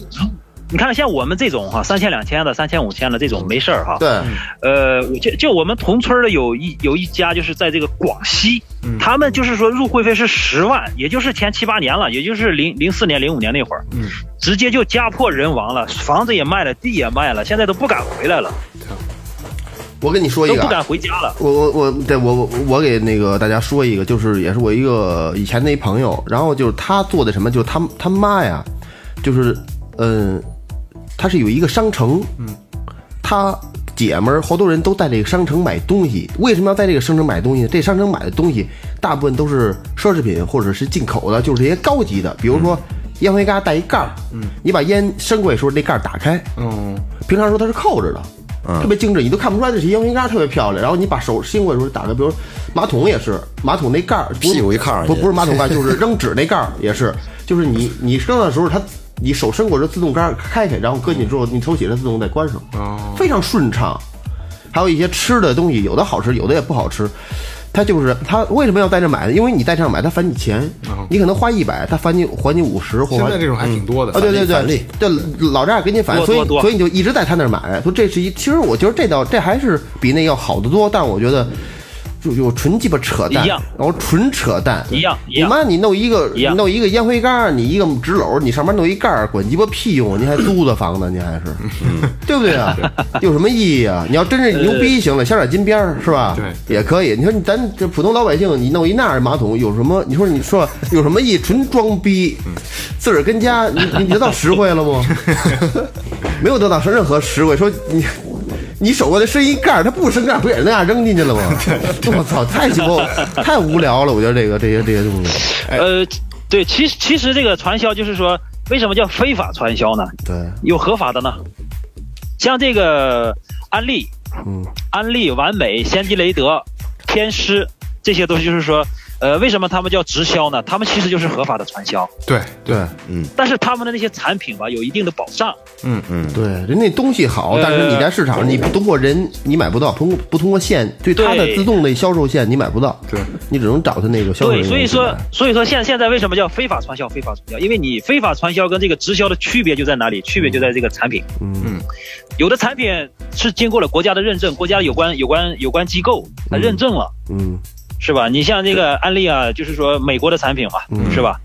Speaker 3: 你看，像我们这种哈，三千两千的，三千五千的这种没事儿哈。
Speaker 6: 对，
Speaker 3: 呃，我就就我们同村儿的有一有一家，就是在这个广西，他们就是说入会费是十万，也就是前七八年了，也就是零零四年、零五年那会儿，直接就家破人亡了，房子也卖了，地也卖了，现在都不敢回来了，
Speaker 6: 我跟你说一
Speaker 3: 都
Speaker 6: 个
Speaker 3: 不
Speaker 6: 啊，
Speaker 3: 敢回家了。
Speaker 6: 我我我，对我我我给那个大家说一个，就是也是我一个以前的一朋友，然后就是他做的什么，就是他他妈呀，就是嗯，他是有一个商城，嗯，他姐们儿好多人都在这个商城买东西，为什么要在这个商城买东西呢？这商城买的东西大部分都是奢侈品或者是进口的，就是这些高级的，比
Speaker 5: 嗯
Speaker 6: 如说。烟灰缸带一盖儿，嗯，你把烟升过去的时候，那盖儿打开，
Speaker 5: 哦
Speaker 4: 嗯，
Speaker 6: 平常说它是扣着的，
Speaker 5: 嗯
Speaker 6: 特别精致，你都看不出来这是烟灰缸，特别漂亮。然后你把手伸过去的时候打开，比如马桶也是，马桶那盖儿不是
Speaker 5: 屁股一看上去
Speaker 6: 不不是马桶盖，就是扔纸那盖儿也是，就是你你扔的时候它。你手伸过去，自动盖儿开开，然后搁进去之后，你手洗它自动再关上，
Speaker 4: 哦
Speaker 6: 非常顺畅。还有一些吃的东西，有的好吃，有的也不好吃。他就是他为什么要在这买呢？因为你在这买，他返你钱，你可能花一百，他返你还你五十，或
Speaker 4: 哦现
Speaker 6: 还
Speaker 4: 在这种还挺多的。
Speaker 6: 啊，对对
Speaker 5: 返利
Speaker 6: 对，这老丈人给你返，
Speaker 3: 多
Speaker 6: 所以
Speaker 3: 多多
Speaker 6: 所以你就一直在他那儿买，说这是一，其实我觉得这倒这还是比那要好得多，但我觉得就有纯鸡巴扯淡，
Speaker 3: 一样
Speaker 6: 然后纯扯淡，
Speaker 3: 一样一
Speaker 6: 你
Speaker 3: 样
Speaker 6: 妈，你弄一个，
Speaker 3: 一
Speaker 6: 你
Speaker 3: 样
Speaker 6: 弄一个烟灰缸，你一个纸篓，你上面弄一盖儿，管鸡巴屁用，你还租的房子，你还是， 对不对啊？有什么意义啊？你要真是牛逼行了，镶点金边儿是吧？
Speaker 4: 对
Speaker 6: 也可以。你说你咱这普通老百姓，你弄一那马桶有什么？你说你说有什么意义？纯装逼，自个儿跟家，你你得到实惠了吗？没有得到任何实惠。说你你手过来伸一盖儿，他不伸盖儿，不也是那样扔进去了吗？我操，太鸡巴太无聊了！我觉得这个这些这些东西，
Speaker 3: 呃，对，其实其实这个传销就是说，为什么叫非法传销呢？
Speaker 6: 对，
Speaker 3: 有合法的呢，像这个安利，
Speaker 6: 嗯，
Speaker 3: 安利、完美、先机雷德、天狮这些东西，就是说，呃，为什么他们叫直销呢？他们其实就是合法的传销，
Speaker 4: 对对，
Speaker 3: 但是他们的那些产品吧，有一定的保障。
Speaker 6: 对，人那东西
Speaker 3: 呃
Speaker 6: 好，但是你在市场，你通过人你买不到，通过不通过线对它的
Speaker 3: 对
Speaker 6: 自动的销售线你买不到，
Speaker 4: 对，
Speaker 6: 你只能找他那个销售人
Speaker 3: 对，
Speaker 6: 员
Speaker 3: 所以
Speaker 6: 去
Speaker 3: 说
Speaker 6: 买，
Speaker 3: 所以说现现在为什么叫非法传销？非法传销，因为你非法传销跟这个直销的区别就在哪里？区别就在这个产品。
Speaker 6: 嗯，
Speaker 3: 有的产品是经过了国家的认证，国家有关有关有关机构它认证了，
Speaker 6: 嗯
Speaker 3: 是吧？你像这个安利啊，就是说美国的产品嘛，
Speaker 6: 嗯
Speaker 3: 是吧？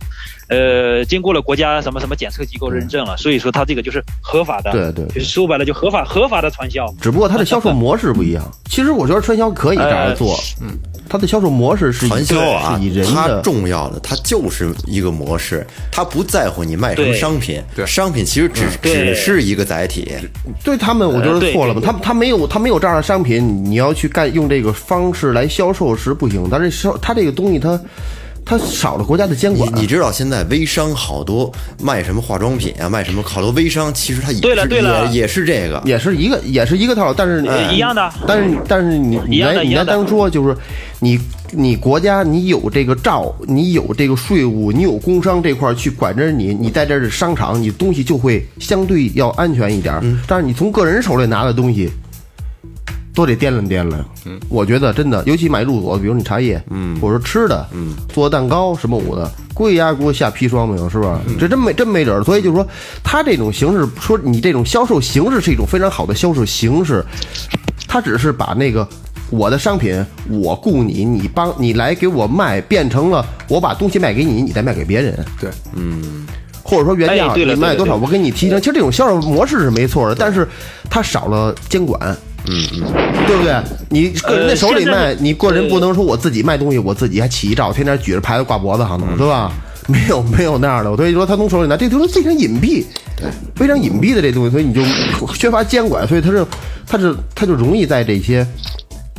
Speaker 3: 呃，经过了国家什么什么检测机构认证了，所以说它这个就是合法的，
Speaker 6: 对对对
Speaker 3: 就是说白了就合法合法的传销。
Speaker 6: 只不过它的销售模式不一样。其实我觉得传销可以这样做，嗯，它的销售模式是以
Speaker 5: 传销啊
Speaker 6: 是以，人
Speaker 5: 它
Speaker 6: 的
Speaker 5: 重要的，它就是一个模式，它不在乎你卖什么
Speaker 3: 对
Speaker 5: 商品
Speaker 4: 对，
Speaker 5: 商品其实只
Speaker 3: 对
Speaker 5: 只是一个载体。
Speaker 6: 对他们，我觉
Speaker 3: 呃
Speaker 6: 得
Speaker 3: 对
Speaker 6: 错了吧？
Speaker 3: 对
Speaker 6: 他他没有他没有这样的商品，你要去干用这个方式来销售是不行。但是销他这个东西，它它少了国家的监管。
Speaker 5: 你你知道现在微商好多卖什么化妆品啊，卖什么好多微商，其实它也
Speaker 3: 对了
Speaker 5: 是
Speaker 3: 对了
Speaker 5: 也也是这个。
Speaker 6: 也是一个也是一个套路，但是你
Speaker 3: 呃一样的
Speaker 6: 但是但是你
Speaker 3: 一
Speaker 6: 你
Speaker 3: 样的
Speaker 6: 来你
Speaker 3: 一
Speaker 6: 来
Speaker 3: 样的
Speaker 6: 当说就是你你国家你有这个照，你有这个税务，你有工商这块儿去管着你，你在这儿是商场，你东西就会相对要安全一点儿。
Speaker 3: 嗯
Speaker 6: 但是你从个人手里拿的东西。都得掂量掂量，嗯，我觉得真的，尤其买入口，比如你茶叶，嗯，或者说吃的，嗯，做蛋糕什么我的，贵呀，给我下砒霜没有，是吧？
Speaker 3: 嗯
Speaker 6: 这真没真没准儿。所以就是说，他这种形式，说你这种销售形式是一种非常好的销售形式，他只是把那个我的商品，我雇你，你帮你来给我卖，变成了我把东西卖给你，你再卖给别人，
Speaker 4: 对，
Speaker 6: 或者说原价
Speaker 3: 哎对了
Speaker 6: 你卖
Speaker 3: 对了
Speaker 6: 多少，
Speaker 3: 对
Speaker 6: 我给你提成。其实这种销售模式是没错的，但是它少了监管。嗯嗯，对不对？你个人的手里
Speaker 3: 呃现在
Speaker 6: 卖，你个人
Speaker 3: 对
Speaker 6: 不能说我自己卖东西，我自己还起一照，天天举着牌子挂脖子上
Speaker 3: 嗯
Speaker 6: 头，对吧？ 没有没有那样的，所以说他从手里拿，这就是非常隐蔽，非常隐蔽的这东西，所以你就缺乏监管，所以他是他是他就容易在这些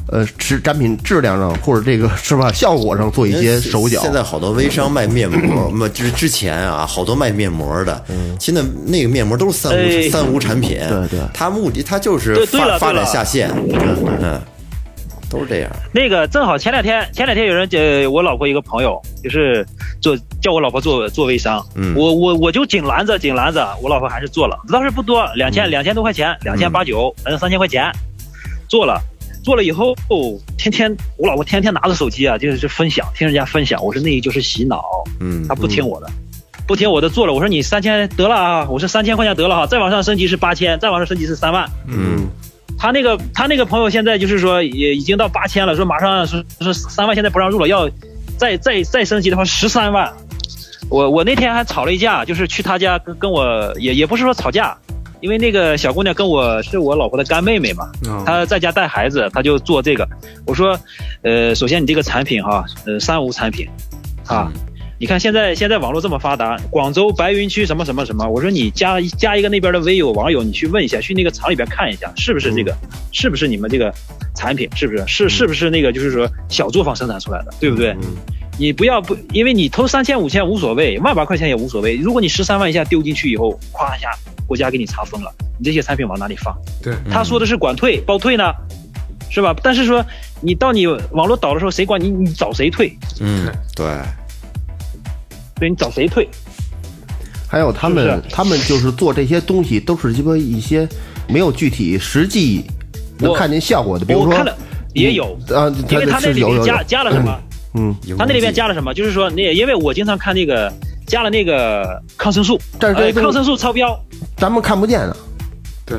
Speaker 6: 呃产产品质量上或者这个是吧效果上做一些手脚。
Speaker 5: 呃现在好多微商卖面膜，那之之前啊，好多卖面膜的，现在那个面膜都是三无、
Speaker 3: 哎
Speaker 5: 三无产品，
Speaker 6: 对对
Speaker 5: 它目的它就是
Speaker 3: 对对
Speaker 5: 发
Speaker 3: 了
Speaker 5: 发
Speaker 3: 对
Speaker 5: 展
Speaker 3: 了
Speaker 5: 下线，嗯，都是这样。
Speaker 3: 那个正好前两天，前两天有人呃，我老婆一个朋友就是做叫我老婆做做微商，
Speaker 5: 嗯
Speaker 3: 我我我就紧拦着紧拦着，我老婆还是做了，当时不多，
Speaker 6: 嗯
Speaker 3: 两千两千多块钱，两千八九，反正三千块钱，做了。做了以后，天天我老婆天天拿着手机啊，就是分享，听人家分享。我说那就是洗脑，
Speaker 5: 嗯
Speaker 3: 她不听我的，不听我的做了。我说你三千得了啊，我说三千块钱得了哈、再往上升级是八千，再往上升级是三万。
Speaker 5: 嗯，
Speaker 3: 他那个他那个朋友现在就是说也已经到八千了，说马上是是三万，现在不让入了，要再再再升级的话十三万。我我那天还吵了一架，就是去他家跟跟我也也不是说吵架，因为那个小姑娘跟我是我老婆的干妹妹嘛，
Speaker 4: 嗯
Speaker 3: 她在家带孩子，她就做这个。我说，呃，首先你这个产品哈、呃，三无产品，啊，你看现在现在网络这么发达，广州白云区什么什么什么，我说你加加一个那边的微友网友，你去问一下，去那个厂里边看一下，是不是这个，是不是你们这个产品，是不是是是不是那个就是说小作坊生产出来的，对不对？你不要不，因为你投三千五千无所谓，万把块钱也无所谓。如果你十三万一下丢进去以后，咵一下国家给你查封了，你这些产品往哪里放？
Speaker 4: 对，
Speaker 3: 他说的是管退包退呢，是吧？但是说你到你网络倒的时候，谁管你？你找谁退？
Speaker 5: 嗯，对，
Speaker 3: 对你找谁退？
Speaker 6: 还有他们，
Speaker 3: 是不是
Speaker 6: 他们就是做这些东西，都是鸡巴一些没有具体实际能
Speaker 3: 我
Speaker 6: 看见效果的，比如
Speaker 3: 我
Speaker 6: 说
Speaker 3: 看了也有
Speaker 6: 嗯啊，
Speaker 3: 因为他那
Speaker 6: 是
Speaker 3: 里
Speaker 6: 有有
Speaker 3: 面加
Speaker 6: 有，
Speaker 3: 加了什么？
Speaker 6: 嗯，
Speaker 3: 他那里面加了什么？就是说那因为我经常看那个加了那个抗生素，
Speaker 6: 但是这
Speaker 3: 呃
Speaker 6: 东西
Speaker 3: 抗生素超标
Speaker 6: 咱们看不见的，
Speaker 4: 对，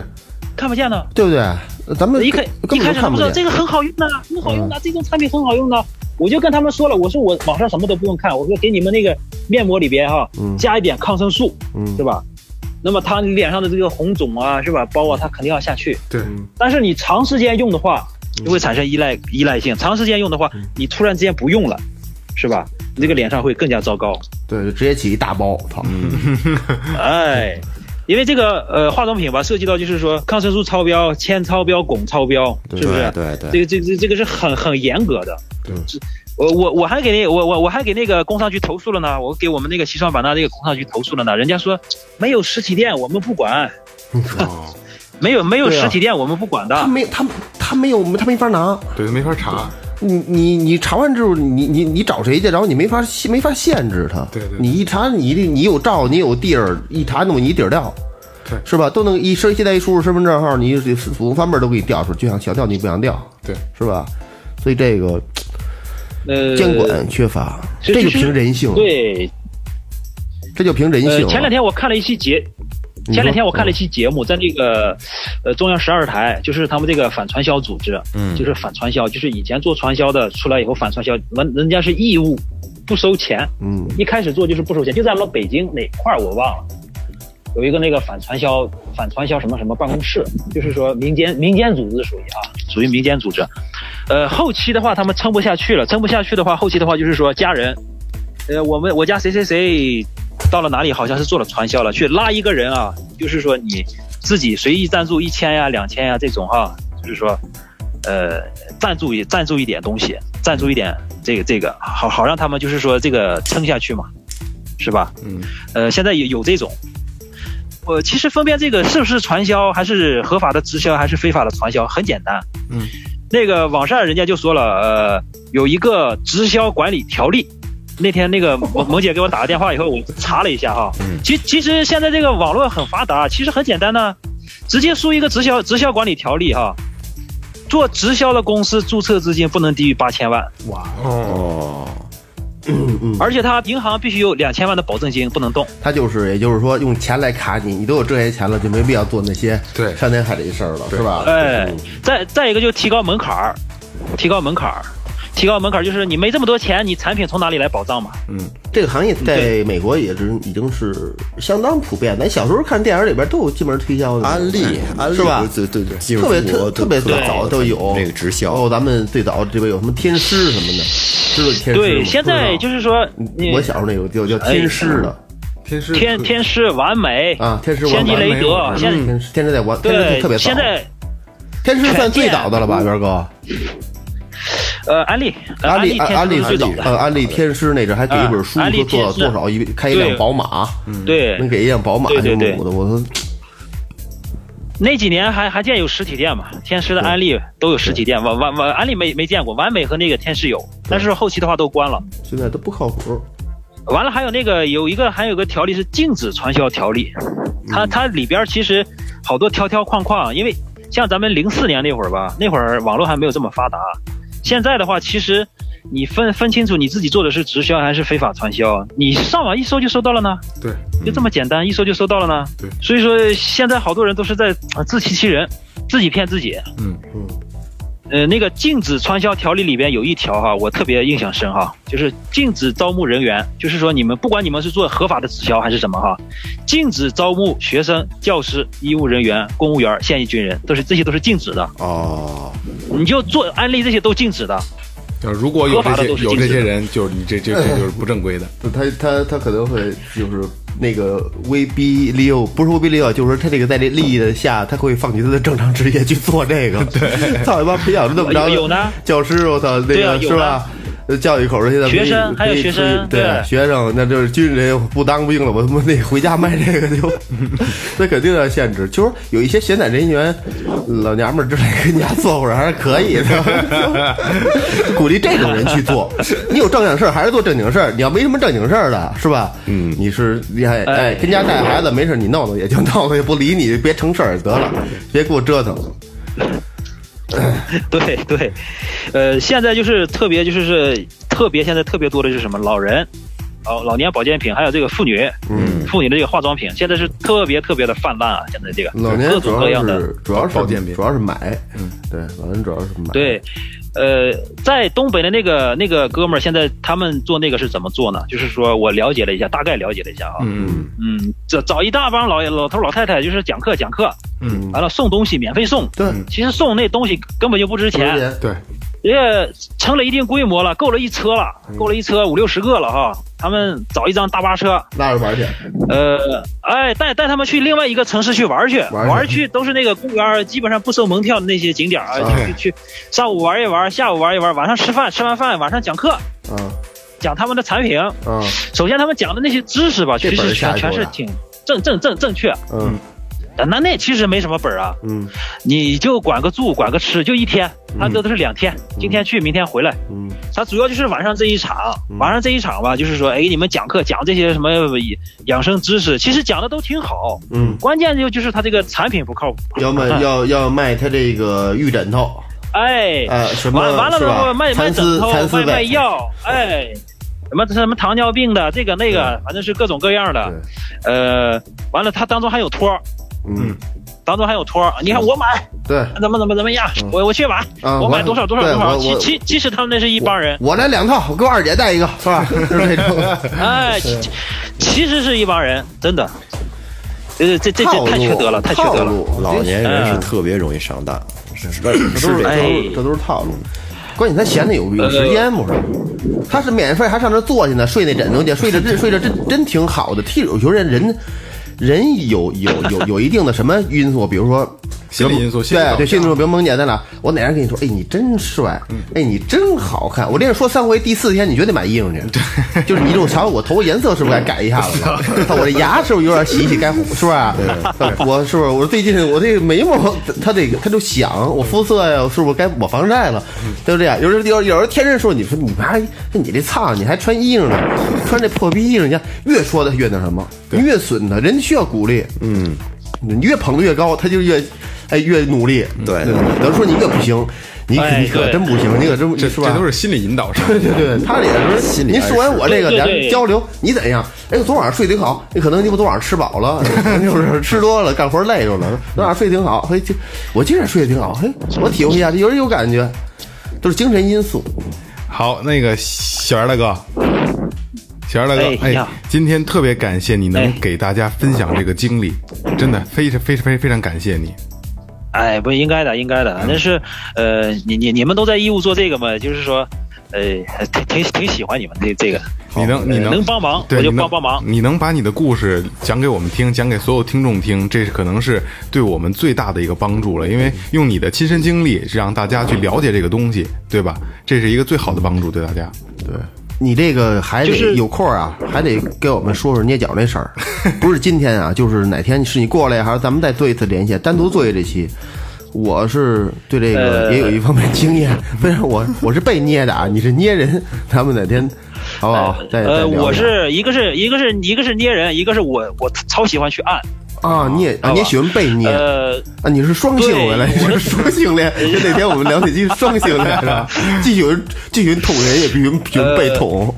Speaker 3: 看不见呢。
Speaker 6: 对不对？呃咱们
Speaker 3: 一开
Speaker 6: 根本
Speaker 3: 一开
Speaker 6: 就
Speaker 3: 始他
Speaker 6: 看
Speaker 3: 们
Speaker 6: 不
Speaker 3: 说
Speaker 6: 见。嗯
Speaker 3: 这个很好用的，很好用的，这种产品很好用的，我就跟他们说了，我说我网上什么都不用看，我说给你们那个面膜里边哈、
Speaker 6: 嗯
Speaker 3: 加一点抗生素，
Speaker 6: 嗯
Speaker 3: 对吧？那么它脸上的这个红肿啊，是吧？包啊，它肯定要下去。
Speaker 4: 对
Speaker 6: 嗯
Speaker 3: 但是你长时间用的话，就会产生依赖依赖性。长时间用的
Speaker 6: 嗯
Speaker 3: 话，你突然之间不用了，是吧？你这个脸上会更加糟糕。
Speaker 6: 对，就直接起一大包，操！
Speaker 3: 哎，因为这个呃化妆品吧，涉及到就是说抗生素超标、铅超标、汞超标，是不是？
Speaker 5: 对对
Speaker 3: 这
Speaker 5: 对，
Speaker 3: 个这个这个这个是很很严格的。
Speaker 6: 对
Speaker 3: 是，我我我还给那我我我还给那个工商局投诉了呢，我给我们那个西双版纳那个工商局投诉了呢，人家说没有实体店我们不管， 没有没有
Speaker 6: 哦对啊
Speaker 3: 实体店我们不管的。
Speaker 6: 他没他他没有他没法拿，
Speaker 4: 对，没法查，
Speaker 6: 你你你查完之后，你你你找谁去？然后你没法没法限制他。
Speaker 4: 对对对
Speaker 6: 你一查，你一你有照，你有地儿，一查弄你底儿掉，
Speaker 4: 对
Speaker 6: 是吧？都能一身现在一输入身份证号，你祖宗翻辈儿都给你调出来，就想想调你不想调，
Speaker 4: 对，
Speaker 6: 是吧？所以这个
Speaker 3: 呃，
Speaker 6: 监管缺乏，
Speaker 3: 是
Speaker 6: 这就
Speaker 3: 就是
Speaker 6: 凭人性，，
Speaker 3: 对，
Speaker 6: 这就凭人
Speaker 3: 呃，
Speaker 6: 性。
Speaker 3: 前两天我看了一期节，
Speaker 6: 啊你说
Speaker 3: 前两天我看了一期节目，在那个呃中央十二台，就是他们这个反传销组织，
Speaker 5: 嗯
Speaker 3: 就是反传销，就是以前做传销的出来以后反传销，人人家是义务，不收钱，
Speaker 6: 嗯，
Speaker 3: 一开始做就是不收钱，就在我们北京哪块儿我忘了。有一个那个反传销、反传销什么什么办公室，就是说民间民间组织属于啊，属于民间组织。呃，后期的话他们撑不下去了，撑不下去的话，后期的话就是说家人，呃，我们我家谁谁谁到了哪里好像是做了传销了，去拉一个人啊，就是说你自己随意赞助一千呀、两千呀这种哈、就是说，呃，赞助一赞助一点东西，赞助一点这个这个，好好让他们就是说这个撑下去嘛，是吧？
Speaker 4: 嗯，
Speaker 3: 呃，现在也有这种。我其实分辨这个是不是传销，还是合法的直销，还是非法的传销，很简单。
Speaker 4: 嗯，
Speaker 3: 那个网上人家就说了，呃，有一个直销管理条例。那 天那个萌萌姐给我打个电话以后，我查了一下哈，
Speaker 6: 嗯
Speaker 3: 其其实现在这个网络很发达，其实很简单呢、直接输一个直销直销管理条例哈，做直销的公司注册资金不能低于八千万，
Speaker 5: 哦，
Speaker 6: 嗯
Speaker 3: 而且它银行必须有两千万的保证金，不能动。
Speaker 6: 他就是，也就是说，用钱来卡你，你都有这些钱了，就没必要做那些
Speaker 4: 对
Speaker 6: 伤天害理的事儿了，是吧？
Speaker 3: 哎
Speaker 6: 嗯，
Speaker 3: 再再一个就是提高门槛儿，提高门槛儿，提高门槛儿就是你没这么多钱，你产品从哪里来保障嘛？
Speaker 6: 这个行业在美国也是已经是相当普遍。咱小时候看电影里边都有进门推销的
Speaker 5: 安利，安
Speaker 6: 哎
Speaker 5: 利
Speaker 6: 是吧？
Speaker 5: 对对对，技术
Speaker 6: 特别
Speaker 5: 中
Speaker 6: 特
Speaker 5: 国
Speaker 6: 特别早都有
Speaker 5: 这个直销
Speaker 6: 哦，咱们最早这边有什么天师什么的，知道天师吗？
Speaker 3: 对，现在
Speaker 6: 不知
Speaker 3: 就
Speaker 6: 道
Speaker 3: 是说你
Speaker 6: 我小时候那有叫叫天师的
Speaker 4: 天师
Speaker 3: 天天师完美
Speaker 6: 啊，天师我买
Speaker 3: 先迪哎雷
Speaker 4: 完
Speaker 3: 德，啊
Speaker 4: 美
Speaker 6: 嗯天
Speaker 3: 现在
Speaker 6: 师天师在我天师
Speaker 3: 对
Speaker 6: 特别早
Speaker 3: 现，在嗯
Speaker 6: 天师算最早的了吧，元哥？
Speaker 3: 呃安利呃
Speaker 6: 安利
Speaker 3: 利天
Speaker 6: 安
Speaker 3: 师
Speaker 6: 利
Speaker 3: 是最早的，
Speaker 6: 呃安利天师那阵还给一本书，
Speaker 3: 啊安利
Speaker 6: 说做到
Speaker 3: 天
Speaker 6: 多
Speaker 3: 师
Speaker 6: 少一开一辆
Speaker 3: 对
Speaker 6: 宝马，
Speaker 3: 对
Speaker 6: 能，给一辆宝马
Speaker 3: 对
Speaker 6: 就
Speaker 3: 对对
Speaker 6: 母的，我说
Speaker 3: 那几年还还见有实体店嘛？天师的安利都有实体店，完完完安利没没见过，完美和那个天师有，但是后期的话都关了。
Speaker 6: 现在都不靠谱。
Speaker 3: 完了，还有那个有一个还有个条例是禁止传销条例，
Speaker 6: 嗯
Speaker 3: 它它里边其实好多条条框框，因为像咱们零四年那会儿吧，那会儿网络还没有这么发达，现在的话其实你分分清楚你自己做的是直销还是非法传销，你上网一搜就搜到了呢，
Speaker 4: 对，
Speaker 3: 就这么简单，一搜就搜到了呢，
Speaker 4: 对
Speaker 3: 所以说现在好多人都是在呃自欺欺人，自己骗自己，
Speaker 4: 嗯
Speaker 6: 嗯。
Speaker 3: 呃，那个禁止传销条例里边有一条哈，我特别印象深哈，就是禁止招募人员，就是说你们不管你们是做合法的直销还是什么哈，禁止招募学生、教师、医务人员、公务员、现役军人，都是这些都是禁止的。
Speaker 5: 哦，
Speaker 3: 你就做安利这些都禁止的，
Speaker 4: 要如果有这
Speaker 3: 合法
Speaker 4: 些
Speaker 3: 的都是
Speaker 4: 有
Speaker 3: 禁
Speaker 4: 这
Speaker 3: 止的
Speaker 4: 些人，就是你这这
Speaker 6: 哎
Speaker 4: 这就是不正规的，
Speaker 6: 他他他可能会就是那个威逼利诱，不是威逼利诱，就是他这个在这利益的下，他会放弃他的正常职业去做这 个。对，操你妈，培养这么着
Speaker 3: 有有呢
Speaker 6: 教师，我操，那
Speaker 3: 对
Speaker 6: 个、
Speaker 3: 啊有
Speaker 6: 是吧？呃教育口的现在
Speaker 3: 学
Speaker 6: 可以
Speaker 3: 生还有
Speaker 6: 可以
Speaker 3: 学
Speaker 6: 出去
Speaker 3: 生
Speaker 6: 对
Speaker 3: 对
Speaker 6: 学生，那就是军人不当兵了，我他妈那回家卖这个就， 那肯定要限制。就是有一些闲散人员，老娘们儿之类跟家做会儿还是可以的， 鼓励这种人去做。你有正经事儿还是做正经事儿，你要没什么正经事儿的，是吧？嗯，你是厉害，
Speaker 3: 呃
Speaker 6: 哎，跟家带孩子没事，你闹闹也就闹闹，也不理你，别成事儿得了，
Speaker 3: 嗯
Speaker 6: 别给我折腾。
Speaker 3: 对对，呃，现在就是特别就是是特别现在特别多的就是什么老人，老老年保健品，还有这个妇女，
Speaker 6: 嗯，
Speaker 3: 妇女的这个化妆品，现在是特别特别的泛滥啊！现在这个
Speaker 6: 老
Speaker 3: 各
Speaker 6: 年主
Speaker 3: 种各
Speaker 6: 要
Speaker 3: 样的
Speaker 6: 是主要是
Speaker 4: 保健品
Speaker 6: 主要是买，嗯，对，老年主要是买，
Speaker 3: 对，呃，在东北的那个那个哥们儿，现在他们做那个是怎么做呢？就是说我了解了一下，大概了解了一下啊，
Speaker 4: 嗯
Speaker 3: 嗯，找找一大帮老爷老头老太太，就是讲课讲课，
Speaker 4: 嗯，
Speaker 3: 完了送东西免费送，
Speaker 6: 对，
Speaker 3: 其实送那东西根本就不值
Speaker 6: 中
Speaker 3: 钱，
Speaker 6: 间
Speaker 4: 对，
Speaker 3: 人家成了一定规模了，够了一车了，够了一车五六十个了哈，他们找一张大巴车，
Speaker 6: 拉着玩去，
Speaker 3: 呃，哎，带带他们去另外一个城市去玩儿去，
Speaker 6: 玩儿去
Speaker 3: 玩儿去都是那个公园儿，基本上不收门票的那些景点儿啊，
Speaker 6: 啊
Speaker 3: 去去上午玩一玩，下午玩一玩，晚上吃饭，吃完饭晚上讲课，
Speaker 6: 啊
Speaker 3: 讲他们的产品。
Speaker 6: 啊
Speaker 3: 首先他们讲的那些知识吧，
Speaker 6: 这
Speaker 3: 其
Speaker 6: 本儿
Speaker 3: 实全
Speaker 6: 下
Speaker 3: 全
Speaker 6: 手
Speaker 3: 是
Speaker 6: 了
Speaker 3: 挺正正正正确，
Speaker 6: 嗯
Speaker 3: 但那那其实没什么本儿啊，
Speaker 6: 嗯
Speaker 3: 你就管个住，管个吃，就一天，他这都是两天，今天去明天回来。
Speaker 6: 嗯
Speaker 3: 他主要就是晚上这一场
Speaker 6: 嗯，
Speaker 3: 晚上这一场吧，就是说，哎，给你们讲课讲这些什么养生知识，其实讲的都挺好，
Speaker 6: 嗯，
Speaker 3: 关键就就是他这个产品不靠谱。
Speaker 6: 要卖要要卖他这个玉枕头，
Speaker 3: 哎，
Speaker 6: 呃，什么
Speaker 3: 完完了
Speaker 6: 是吧
Speaker 3: 卖卖卖
Speaker 6: 蚕
Speaker 3: 枕
Speaker 6: 丝
Speaker 3: 头，
Speaker 6: 蚕丝
Speaker 3: 卖卖
Speaker 6: 被，
Speaker 3: 药，哎，什么什么糖尿病的，这个那个，反正是各种各样的。呃，完了，他当中还有托儿，
Speaker 6: 嗯，
Speaker 3: 当中还有托儿。你看我买
Speaker 6: 对
Speaker 3: 怎么怎么怎么样，我我去买，
Speaker 6: 啊，
Speaker 3: 我买多少多少
Speaker 6: 对
Speaker 3: 多少。
Speaker 6: 我
Speaker 3: 其
Speaker 6: 我
Speaker 3: 其其实他们那是一帮人，
Speaker 6: 我来两套，我给我二姐带一个，是吧？ 是这种。
Speaker 3: 哎，其其其实是一帮人，真的。呃，这这这太缺德了，太缺德了。
Speaker 5: 老年人是
Speaker 3: 嗯
Speaker 5: 特别容易上当，是是呃
Speaker 6: 这都
Speaker 5: 是
Speaker 6: 是
Speaker 5: 这
Speaker 3: 哎
Speaker 6: 这都是套路。关键他闲的有有时间不是？他是免费还上那坐去呢，睡那枕头去，睡着这睡着真真挺好的。替有时候人人人有有有有一定的什么因素，比如说
Speaker 4: 心理因素心理
Speaker 6: 对
Speaker 4: 因素
Speaker 6: 对，心理因素，比如梦见咱俩，我哪天跟你说，哎，你真帅，哎，你真好看，我连着说三回，第四天你绝得买衣裳去， 就是你这种想法，我头发颜色是不是该改一下子了？操我这牙是不是有点洗洗该，是不是啊？我是不是我最近我这个眉毛，他这个他就想我肤色呀，我是不是该抹防晒了？就这样，有时候有有时候天真说，你说你还你这操，你还穿衣裳呢，穿这破逼衣裳，你看越说他越那什么，越损他，人家需要鼓励，嗯。你越捧得越高，他就越，哎，越努力。
Speaker 5: 对
Speaker 6: 等于说你越不行，你可
Speaker 3: 哎
Speaker 6: 你可
Speaker 3: 对
Speaker 6: 真不行，你可真不
Speaker 4: 这
Speaker 6: 是吧？
Speaker 4: 这都是心理引导上。
Speaker 6: 对对对，他也是
Speaker 5: 心理
Speaker 6: 您
Speaker 5: 暗
Speaker 6: 说完
Speaker 5: 示
Speaker 6: 我这个，
Speaker 3: 对对
Speaker 6: 咱
Speaker 3: 对
Speaker 6: 们交流，你怎样？哎，昨晚上睡挺好，那可能你们昨晚上吃饱了， 就是吃多了，干活累着了。昨晚上睡挺好，嘿，今我今儿也睡得挺好，嘿，我体会一下，有人有感觉，都是精神因素。
Speaker 4: 好，那个小袁大哥，小袁大哥，
Speaker 3: 哎
Speaker 4: 哎
Speaker 3: 呀，
Speaker 4: 今天特别感谢你能
Speaker 3: 哎
Speaker 4: 给大家分享这个经历，真的非常非常非常非常感谢你。
Speaker 3: 哎，不应该的，应该的。但是，呃，你你你们都在义务做这个嘛，就是说，呃，挺挺挺喜欢你们这这个，
Speaker 4: 你能你
Speaker 3: 呃能帮忙
Speaker 4: 对
Speaker 3: 我就
Speaker 4: 你能
Speaker 3: 帮帮忙
Speaker 4: 你能把你的故事讲给我们听，讲给所有听众听，这是可能是对我们最大的一个帮助了。因为用你的亲身经历，是让大家去了解这个东西，对吧？这是一个最好的帮助对大家。
Speaker 6: 对。你这个还得、
Speaker 3: 就是
Speaker 6: 有空啊，还得给我们说说捏脚那 事儿，不是今天啊，就是哪天是你过来，还是咱们再做一次联系，单独做一这期。我是对这个
Speaker 3: 呃
Speaker 6: 也有一方面经 验，不是我我是被捏的啊，你是捏人，咱们哪天好不好？嗯哦再再
Speaker 3: 呃，
Speaker 6: 聊聊
Speaker 3: 我是一个是一个是一个是捏人，一个是我我超喜欢去按，
Speaker 6: 啊，你也啊，
Speaker 3: 好吧
Speaker 6: 你也喜欢被捏啊？
Speaker 3: 呃，
Speaker 6: 你是双性
Speaker 3: 对
Speaker 6: 原来你
Speaker 3: 我
Speaker 6: 是双性 恋，就那天我们聊那期双性恋是吧？既喜欢既喜欢捅人，也必须
Speaker 3: 呃
Speaker 6: 喜欢被捅。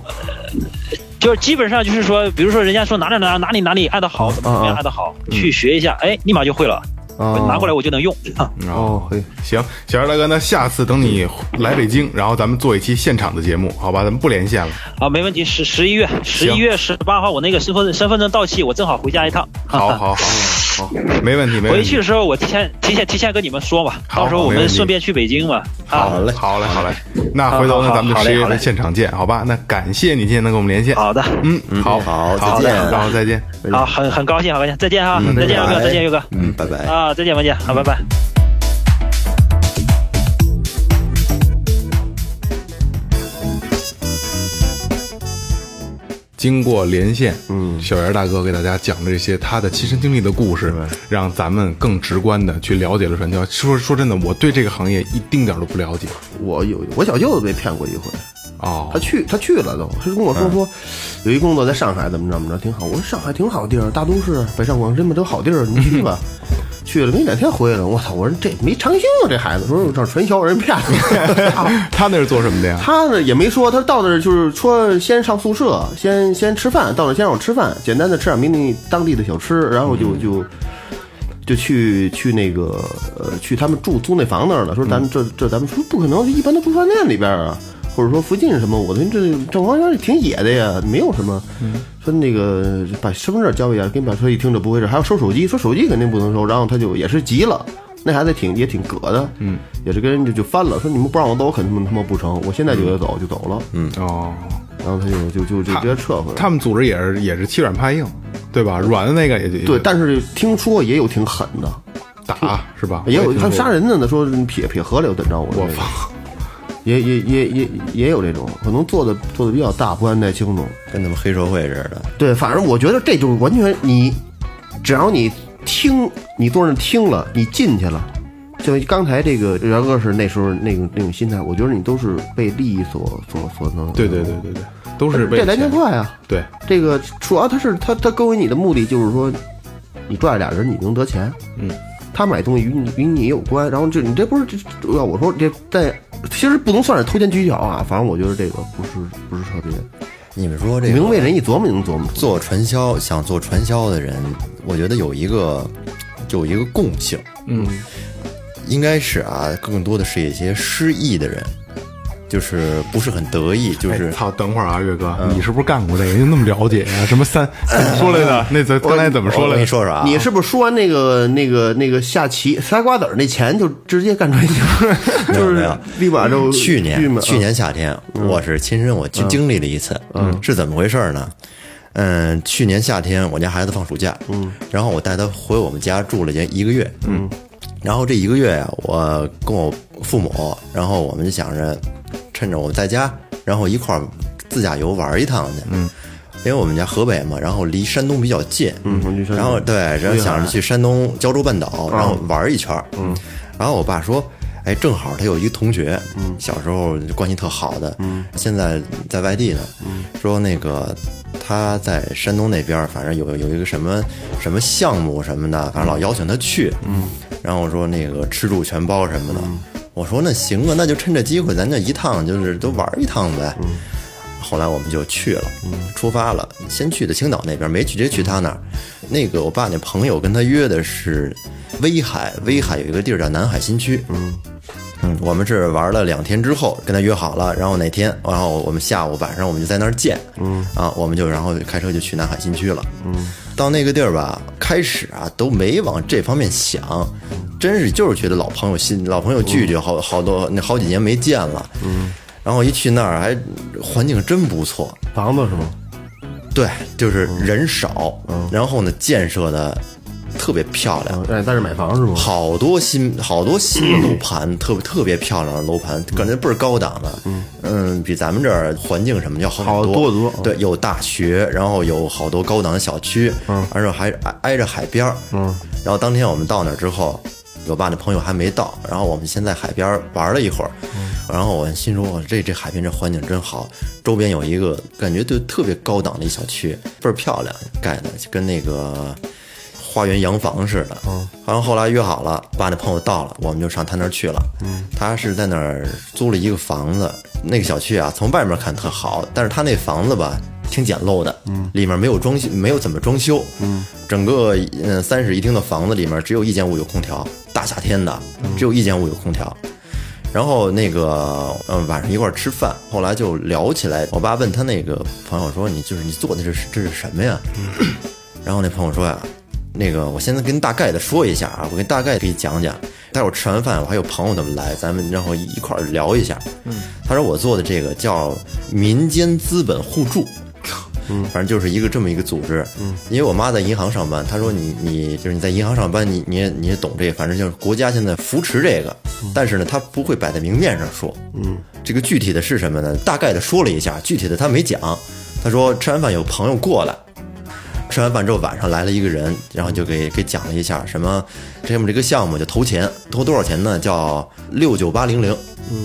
Speaker 3: 就是基本上就是说，比如说人家说哪里哪哪里哪里按的好，怎么怎么
Speaker 6: 啊啊
Speaker 3: 样按的好，去学一下，哎，立马就会了，
Speaker 6: 啊
Speaker 3: 拿过来我就能用。
Speaker 6: 哦，嘿。
Speaker 4: 嗯行，小袁大哥，那下次等你来北京，然后咱们做一期现场的节目，好吧？咱们不连线了。
Speaker 3: 啊，没问题。十十一月十一月十八号，我那个身份身份证到期，我正好回家一趟。
Speaker 4: 好好好好，没问题，没问
Speaker 3: 回去
Speaker 4: 题
Speaker 3: 的。时候我提前提前提前跟你们说嘛，
Speaker 4: 好
Speaker 3: 到时候我
Speaker 4: 没问
Speaker 3: 们
Speaker 4: 题
Speaker 3: 顺便去北京嘛。啊，
Speaker 4: 好嘞，好嘞，好嘞。那回头呢，
Speaker 3: 好好
Speaker 4: 咱们就
Speaker 3: 好
Speaker 4: 十
Speaker 3: 嘞
Speaker 4: 一月
Speaker 3: 好嘞
Speaker 4: 份现场见，好吧？那感谢你今天能跟我们连线。
Speaker 3: 好的，
Speaker 4: 嗯，好，
Speaker 6: 哦
Speaker 5: 好再
Speaker 4: 好，
Speaker 5: 见
Speaker 4: 然后再见。
Speaker 3: 好，很很高兴，很高兴，再见
Speaker 4: 嗯
Speaker 3: 哈，再见
Speaker 5: 拜
Speaker 3: 岳哥，
Speaker 4: 哎
Speaker 5: 拜
Speaker 3: 再见岳哥，
Speaker 5: 嗯，拜拜。
Speaker 3: 啊，再见文姐，好，拜拜。
Speaker 4: 经过连线，嗯，小袁大哥给大家讲了这些他的亲身经历的故事，让咱们更直观的去了解了传销。说说真的，我对这个行业一丁点儿都不了解。
Speaker 6: 我有我小舅子被骗过一回，
Speaker 4: 哦
Speaker 6: 他，去他去了都，他就跟我说说，有一工作在上海怎么着怎么着挺好。我说上海挺好地儿，大都市，北上广深嘛都好地儿，你去吧。 去了没两天回来了，我操！我说这没长性啊，这孩子说我找传销人骗 的。
Speaker 4: 他那是做什么的呀？
Speaker 6: 他呢也没说，他到那儿就是说先上宿舍，先先吃饭，到那儿先让我吃饭，简单的吃点当地当地的小吃，然后就就就去去那个呃去他们住租那房那儿了，说
Speaker 4: 嗯
Speaker 6: 咱们这这咱们说不可能，一般都住饭店里边儿啊，或者说附近什么，我说这正黄园挺野的呀，没有什么。
Speaker 4: 嗯
Speaker 6: 说那个把身份证交给俺，给你把车一听这不会是，还要收手机，说手机肯定不能收，然后他就也是急了。那孩子挺也挺葛的，嗯，也是跟人家就翻了，说你们不让我走，我肯定他妈不成，我现在就得走，就走了，嗯，
Speaker 4: 哦，
Speaker 6: 然后他就就就就直接撤回来。
Speaker 4: 他们组织也是也是欺软怕硬，对吧？软的那个也就
Speaker 6: 对，但是听说也有挺狠的，
Speaker 4: 打是吧？
Speaker 6: 也有
Speaker 4: 我听
Speaker 6: 他们
Speaker 4: 说
Speaker 6: 杀人的呢，说撇撇河里头怎着我
Speaker 4: 我
Speaker 6: 说这个
Speaker 4: 操，
Speaker 6: 也也也也也有这种，可能做的做的比较大，不敢太轻重。
Speaker 5: 跟他们黑社会似的。
Speaker 6: 对，反正我觉得这就是完全你，只要你听，你坐那儿听了，你进去了，就刚才这个元哥是那时候那种那种心态，我觉得你都是被利益所所所弄。
Speaker 4: 对对对对对，都是被
Speaker 6: 这来钱
Speaker 4: 钱
Speaker 6: 快啊！
Speaker 4: 对，
Speaker 6: 这个主要他是他他勾引你的目的就是说，你拽俩人你能得钱，
Speaker 4: 嗯，
Speaker 6: 他买东西与你与你有关，然后这你这不是这这要我说这在其实不能算是偷奸取巧啊，反正我觉得这个不是不是特别
Speaker 5: 你们说这个
Speaker 6: 明为人一琢磨就能琢磨出来。
Speaker 5: 做传销，想做传销的人，我觉得有一个有一个共性，
Speaker 4: 嗯，
Speaker 5: 应该是啊，更多的是一些失意的人，就是不是很得意，就是
Speaker 4: 哎操，等会儿啊，岳哥，你是不是干过这个？你那么了解呀？什么三怎么说来 的？那咱刚才怎么说
Speaker 5: 我
Speaker 4: 来
Speaker 5: 跟你
Speaker 4: 着？
Speaker 5: 说说啊，
Speaker 6: 你是不是说完那个那个那个下棋塞瓜子儿那钱就直接干出来，就是就
Speaker 5: 没
Speaker 6: 是
Speaker 5: 有
Speaker 6: 立马啊就
Speaker 5: 嗯去年去
Speaker 6: 去
Speaker 5: 年夏天，我是亲身我经经历了一次，是怎么回事呢？嗯，去年夏天我家孩子放暑假，嗯，然后我带他回我们家住了一一个月，嗯，然后这一个月呀、我跟我父母，然后我们就想着趁着我们在家，然后一块儿自驾游玩一趟去，嗯。因为我们家河北嘛，然后离山东比较近，嗯
Speaker 6: 离山东
Speaker 5: 然后对，然后想着去山东胶州半岛，然后玩一圈嗯，然后我爸说，哎，正好他有一个同学，嗯，小时候关系特好的，嗯，现在在外地呢，嗯，说那个他在山东那边，反正有有一个什么什么项目什么的，反正老邀请他去，嗯，然后说那个吃住全包什么的，我说那行啊，那就趁这机会，咱就一趟就是都玩一趟呗，后来我们就去了，出发了，先去的青岛那边，没去直接去他那儿。那个我爸那朋友跟他约的是威海，威海有一个地儿叫南海新区，嗯我们是玩了两天之后跟他约好了，然后哪天，然后我们下午晚上我们就在那儿见，嗯啊，我们就然后开车就去南海新区了，嗯，到那个地儿吧，开始啊都没往这方面想。真是就是觉得老朋友新老朋友聚聚，好好多那好几年没见了，嗯，然后一去那儿还环境真不错，
Speaker 6: 房子是吗？
Speaker 5: 对，就是人少，然后呢建设的特别漂亮，
Speaker 6: 啊，哎在这买房是吗？
Speaker 5: 好多新好多新的楼盘，特别特别漂亮的楼盘，感觉倍儿高档的。嗯，比咱们这儿环境什么要好
Speaker 6: 好
Speaker 5: 很
Speaker 6: 多得多
Speaker 5: 对，有大学，然后有好多高档的小区，嗯，而且还挨挨着海边儿。嗯，然后当天我们到那儿之后，我爸那朋友还没到，然后我们先在海边儿玩了一会儿。
Speaker 6: 嗯
Speaker 5: 然后我心说，哇这这海边这环境真好，周边有一个感觉就特别高档的一小区，倍儿漂亮，盖的跟那个花园洋房似的。嗯，然后后来约好了，把那朋友到了，我们就上他那儿去了。嗯，他是在那儿租了一个房子，那个小区啊，从外面看特好，但是他那房子吧。挺简陋的，嗯，里面没有装修，没有怎么装修，嗯，整个嗯三室一厅的房子里面只有一间屋有空调，大夏天的只有一间屋有空调，然后那个，嗯，晚上一块儿吃饭，后来就聊起来。我爸问他那个朋友说：“你就是你做的这是这是什么呀？”然后那朋友说呀、啊那个我现在跟大概的说一下啊，我跟大概给你讲讲。待会儿吃完饭，我还有朋友他们来，咱们然后一块儿聊一下。嗯，他说我做的这个叫民间资本互助。嗯，反正就是一个这么一个组织。嗯，因为我妈在银行上班，她说你你就是你在银行上班，你你也你也懂这个，反正就是国家现在扶持这个，但是呢，她不会摆在明面上说。嗯，这个具体的是什么呢？大概的说了一下，具体的她没讲。她说吃完饭有朋友过来，吃完饭之后，晚上来了一个人，然后就给给讲了一下什么，这么这个项目就投钱，投多少钱呢？叫六九八零零，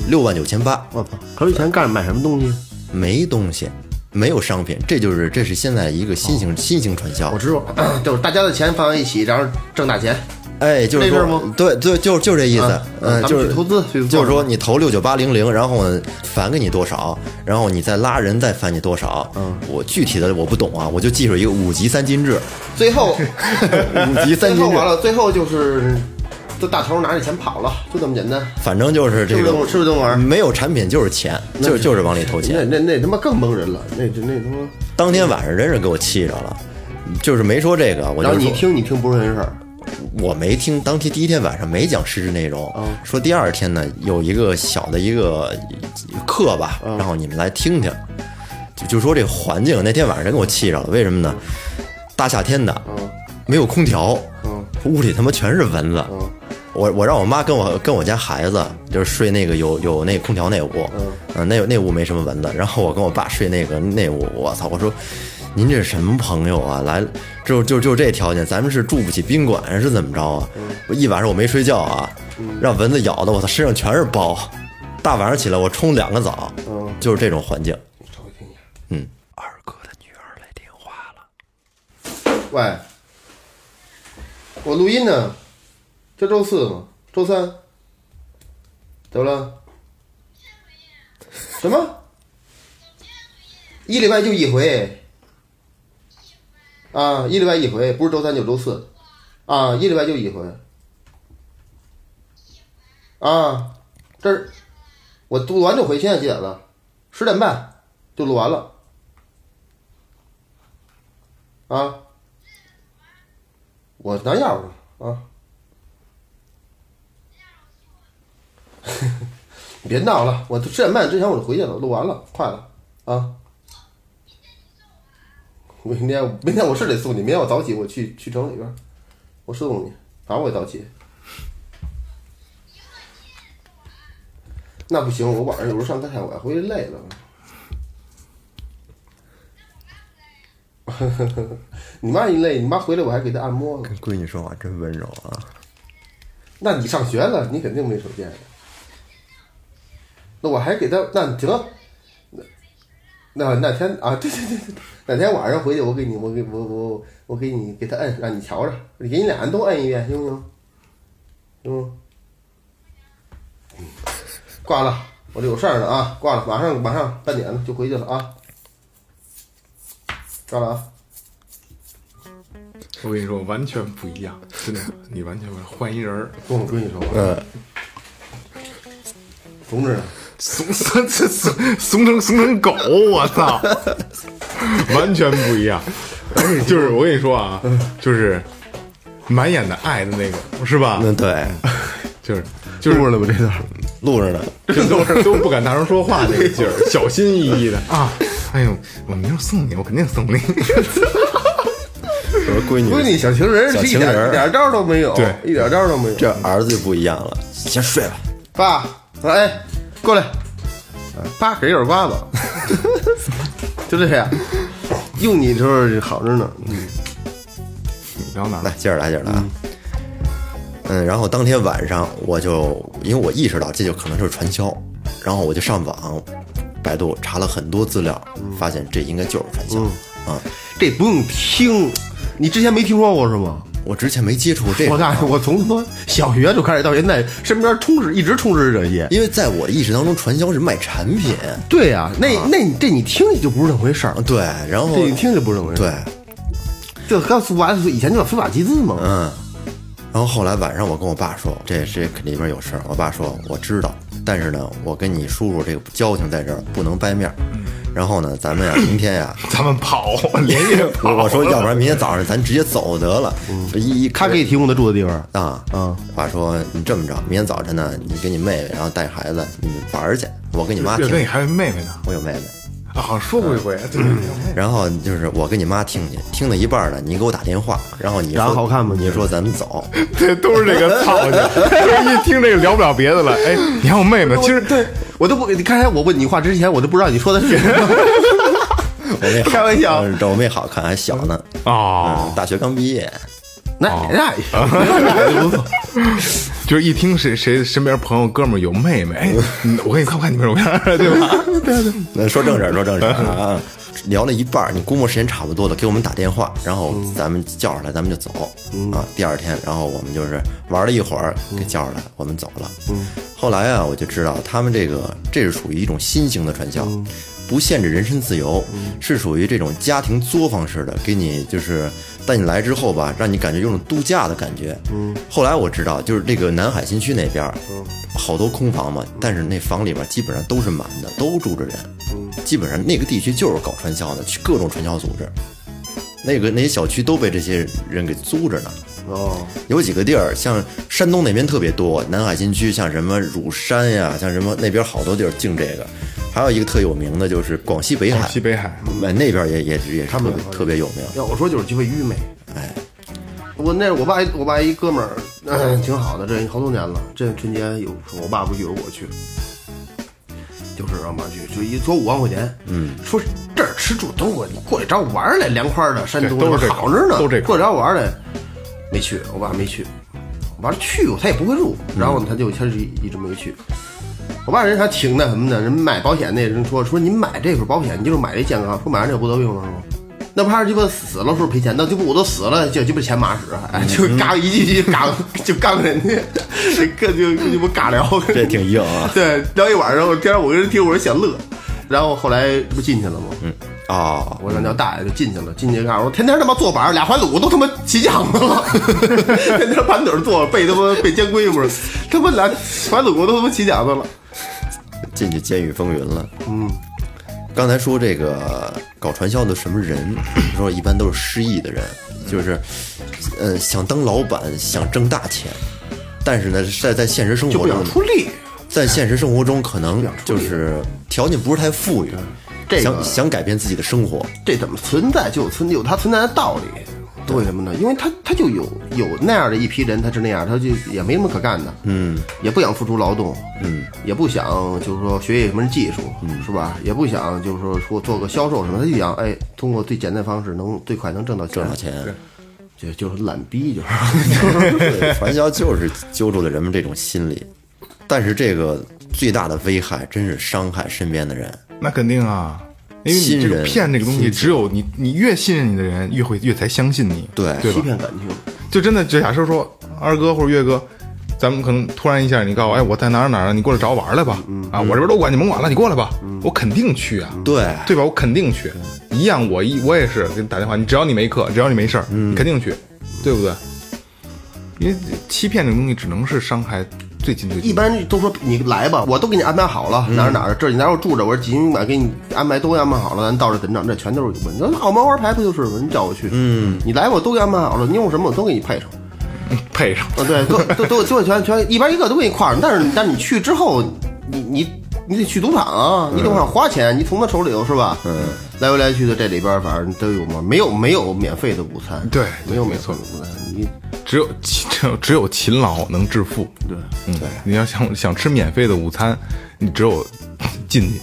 Speaker 5: 六万九千八，
Speaker 6: 我操！可是以前干买什么东西？
Speaker 5: 没东西，没有商品，这就是
Speaker 6: 哦
Speaker 5: 这是现在一个新型新型传销
Speaker 6: 我，知道，就是大家的钱放在一起，然后挣大钱。
Speaker 5: 哎，就是
Speaker 6: 那阵儿
Speaker 5: 说
Speaker 6: 吗，
Speaker 5: 对对，就就这意思
Speaker 6: 啊，
Speaker 5: 嗯，
Speaker 6: 咱们
Speaker 5: 就是
Speaker 6: 去投资去做
Speaker 5: 就是说你投六九八零零，然后返给你多少，然后你再拉人再返你多少，嗯，我具体的我不懂啊，我就记住一个五级三进制，
Speaker 6: 最后
Speaker 5: 五级
Speaker 6: 最
Speaker 5: 三进
Speaker 6: 后
Speaker 5: 制
Speaker 6: 完，了，最后就是这大头拿着钱跑了，就这么简单。
Speaker 5: 反正就是这
Speaker 6: 是不
Speaker 5: 个
Speaker 6: 是这么是不是这么玩儿
Speaker 5: 没有产品就是钱，就就是往里投
Speaker 6: 那
Speaker 5: 钱。
Speaker 6: 那那他妈更蒙人了，那那他妈，
Speaker 5: 当天晚上真是给我气着了，就是没说这个，我
Speaker 6: 然
Speaker 5: 就
Speaker 6: 后你
Speaker 5: 说
Speaker 6: 听你听不是回事儿，
Speaker 5: 我没听当天第一天晚上没讲实质内容，说第二天呢有一个小的一个课吧，然后你们来听听，就就说这环境那天晚上真给我气着了，为什么呢？大夏天的，没有空调，屋里他妈全是蚊子。我我让我妈跟我跟我家孩子就是睡那个有有那空调那屋，嗯，那那屋没什么蚊子。然后我跟我爸睡那个那屋，我操！我说您这是什么朋友啊？来，就就就这条件，咱们是住不起宾馆是怎么着啊？我一晚上我没睡觉啊，让蚊子咬的我操，身上全是包。大晚上起来我冲两个澡，就是这种环境。
Speaker 6: 喂，我录音呢，这周四吗？周三，怎么了？什么？一礼拜就一回，啊，一礼拜一回，不是周三就周四，啊，一礼拜就一回，啊，这儿我录完就回，现在几点了？十点半就录完了，啊。我拿钥匙啊！ 你别闹了，我十点半之前我就回去了，录完了，快了啊！ 明天明天我是得送你，明天我早起我去去城里边，我送你，反正我也早起。那不行，我晚上有时候上太我回去累了。 你妈一累，你妈回来我还给她按摩呢。
Speaker 5: 闺女说话真温柔啊。
Speaker 6: 那你上学了，你肯定没手电。那我还给他，那行，那那那天啊，对对对对，那天晚上回去，我给你，我给我我我给你给他摁，让你瞧着，给你俩人都摁一遍，行不行？行吗？挂了，我这有事儿呢啊，挂了，马上马上半点了就回去了啊，挂了啊。
Speaker 4: 我跟你说，完全不一样，真的，你完全不一样换一人儿，
Speaker 6: 跟我闺女说话， 嗯，同志啊。
Speaker 4: 怂怂这怂怂成怂成狗，我操， 完全不一样。就是我跟你说啊，就是满眼的爱的那种，是吧？
Speaker 5: 嗯，对，
Speaker 4: 就是就是
Speaker 6: 了吧这段，
Speaker 5: 录着呢。
Speaker 4: 真 都是都不敢大声说话那个劲儿，小心翼翼的啊。哎呦，我明儿送你，我肯定送你。
Speaker 5: 我说闺女，
Speaker 6: 闺女小情人
Speaker 5: 小
Speaker 6: 是一
Speaker 5: 情人
Speaker 6: 点一点招都没有，
Speaker 4: 对
Speaker 6: 一点招都没有。
Speaker 5: 这儿子就不一样了，先睡吧。
Speaker 6: 爸，来，过来，呃爸给一耳刮子，就这样。用你的时候好着呢，
Speaker 4: 聊哪儿
Speaker 5: 来
Speaker 4: 了？，
Speaker 5: 接着来，接着来啊。嗯，然后当天晚上我就，因为我意识到这就可能就是传销，然后我就上网，百度查了很多资料，
Speaker 6: 嗯
Speaker 5: 发现这应该就是传销啊。
Speaker 6: 这不用听。你之前没听说过是吗？
Speaker 5: 我之前没接触过这
Speaker 6: 我
Speaker 5: 个，
Speaker 6: 告诉你，我从他妈小学就开始到现在，身边充斥一直充斥着这些。
Speaker 5: 因为在我的意识当中，传销是卖产品，
Speaker 6: 对呀、那那你这你听你就不是那回事儿
Speaker 5: 啊，对，然后
Speaker 6: 这你听就不是那回事儿。
Speaker 5: 对，
Speaker 6: 这刚说完以前叫非法集资嘛。
Speaker 5: 嗯，然后后来晚上我跟我爸说，这这肯定里边有事儿。我爸说我知道，但是呢，我跟你叔叔这个交情在这儿，不能掰面儿。
Speaker 6: 嗯
Speaker 5: 然后呢，咱们呀，明天呀，
Speaker 4: 咱们跑，连夜跑。
Speaker 5: 我我说要不然明天早上咱直接走得了。
Speaker 6: 嗯
Speaker 5: 一一
Speaker 6: 他给你提供的住的地方，
Speaker 5: 啊，嗯，我爸说你这么着，明天早晨呢，你跟你妹妹，然后带孩子，你们玩儿去。我跟你妈
Speaker 4: 对，
Speaker 5: 听
Speaker 4: 那，你还有妹妹呢？
Speaker 5: 我有妹妹。
Speaker 4: 啊，好像说过一回。对对对
Speaker 5: 然后就是我跟你妈听去，听到一半儿呢，你给我打电话，然后你说
Speaker 6: 然后好看吗
Speaker 5: 你说咱们走，
Speaker 4: 这都是这个操性， 就是一听这个聊不了别的了。哎，你还有妹妹，其实对
Speaker 6: 我都不你刚才我问你话之前，我都不知道你说的是什么。
Speaker 5: 我妹好
Speaker 6: 开玩笑
Speaker 5: 嗯我妹好看，还小呢，
Speaker 4: 哦
Speaker 5: 嗯，，大学刚毕业。
Speaker 6: 那那也不错，
Speaker 4: 就是一听谁谁身边朋友哥们儿有妹妹，哎，嗯我给你看看你妹妹，我看看对吧？
Speaker 5: 那说正事儿，说正事儿啊，聊了一半儿，你估摸时间差不多了，给我们打电话，然后咱们叫上来，咱们就走啊。第二天，然后我们就是玩了一会儿，给叫上来，我们走了。后来啊，我就知道他们这个这是属于一种新型的传销，不限制人身自由，是属于这种家庭作坊式的，给你就是带你来之后吧，让你感觉有种度假的感觉。后来我知道，就是这个南海新区那边儿，好多空房嘛，但是那房里边基本上都是满的，都住着人。基本上那个地区就是搞传销的，去各种传销组织，那个那些小区都被这些人给租着呢。
Speaker 6: 哦，
Speaker 5: 有几个地儿，像山东那边特别多，南海新区，像什么乳山呀，像什么那边好多地儿净这个。还有一个特有名的就是广西北 海，
Speaker 4: 西北海，
Speaker 5: 哎那边也也也是特别特别有名。
Speaker 6: 要我说就是机会愚昧。哎，我那我爸我爸一哥们儿、嗯挺好的，这好多年了。这春节有我爸不去，有我去，就是让妈去，就一说五万块钱。嗯，说这儿吃住都我你过来找我玩儿来，凉快儿的山东
Speaker 4: 对都是这口
Speaker 6: 好着呢，
Speaker 4: 都这口
Speaker 6: 过来找我玩儿来，没去，我爸没去。我爸去过，他也不会住，
Speaker 5: 嗯
Speaker 6: 然后呢他就他就一直没去。我爸人还挺那什么的，人买保险那人说说您买这份保险，你就是买这健康，说买完这不得病了是吗？那不还是鸡巴死了时候赔钱？那鸡巴我都死了，这鸡巴钱 马使，还就是嘎一句一句嘎就杠人家，这就就鸡巴尬聊，
Speaker 5: 这挺硬啊
Speaker 6: 对，聊一晚上，第二天我跟人听我说想乐，然后后来不进去了吗？嗯，
Speaker 5: 啊！
Speaker 6: 我让叫大爷就进去了，进去干我天天他妈坐板儿，俩怀鲁都他妈起茧子了， 天天盘腿儿坐，背他妈背肩龟嘛，他妈俩怀鲁都他妈起茧子了。
Speaker 5: 进去《监狱风云》了。嗯，刚才说这个搞传销的什么人， 说一般都是失意的人，就是，呃，想当老板，想挣大钱，但是呢，在在现实生
Speaker 6: 就
Speaker 5: 活
Speaker 6: 不想
Speaker 5: 中，
Speaker 6: 出力。
Speaker 5: 在现实生活中可能就是条件不是太富裕，
Speaker 6: 这个
Speaker 5: 想想改变自己的生活，
Speaker 6: 这怎么存在就有存有它存在的道理。为什么呢？因为他他就有有那样的一批人，他是那样，他就也没什么可干的，嗯，也不想付出劳动，嗯，也不想就是说学习什么技术，嗯，是吧？也不想就是说说做个销售什么，他就想哎，通过最简单方式能最快能挣到钱，
Speaker 5: 挣到，钱。
Speaker 6: 就就是懒逼，就是
Speaker 5: 对，传销就是揪住了人们这种心理，但是这个最大的危害真是伤害身边的人。
Speaker 4: 那肯定啊，因为你这
Speaker 5: 信
Speaker 4: 个
Speaker 5: 任
Speaker 4: 骗这个东西，只有你你越信任你的人，越会越才相信你，
Speaker 5: 对
Speaker 4: 对
Speaker 6: 欺
Speaker 4: 吧？
Speaker 6: 骗感情。
Speaker 4: 就真的，就假设说二哥或者岳哥，咱们可能突然一下，你告诉我，哎，我在哪儿哪儿，你过来找我玩儿来吧，啊，我这边都管，你甭管了，你过来吧，我肯定去啊，
Speaker 5: 对，
Speaker 4: 对吧？我肯定去，一样，我一我也是给你打电话，你只要你没课，只要你没事儿，你肯定去，对不对？因为欺骗这个东西只能是伤害最近最近
Speaker 6: 一般都说你来吧，我都给你安排好了，哪儿哪儿，这儿你哪儿我住着，我这几星晚给你安排都安排好了，咱到这怎么着，这全都是有问题。那澳门玩牌不就是吗？你叫我去，嗯，你来我都给安排好了，你用什么我都给你配上。
Speaker 4: 配上，
Speaker 6: 啊，对，都都都都全全一般一个都给你挎上，但是但是你去之后，你你你得去赌场啊，你赌场花钱，你从他手里头是吧？嗯，来回来去的这里边儿反正都有嘛，没有没有免费的午餐，
Speaker 4: 对对
Speaker 6: 没有
Speaker 4: 没
Speaker 6: 免费的午餐，你
Speaker 4: 只有 勤只有只有勤劳能致富，对，嗯，你要想想吃免费的午餐，你只有 进去。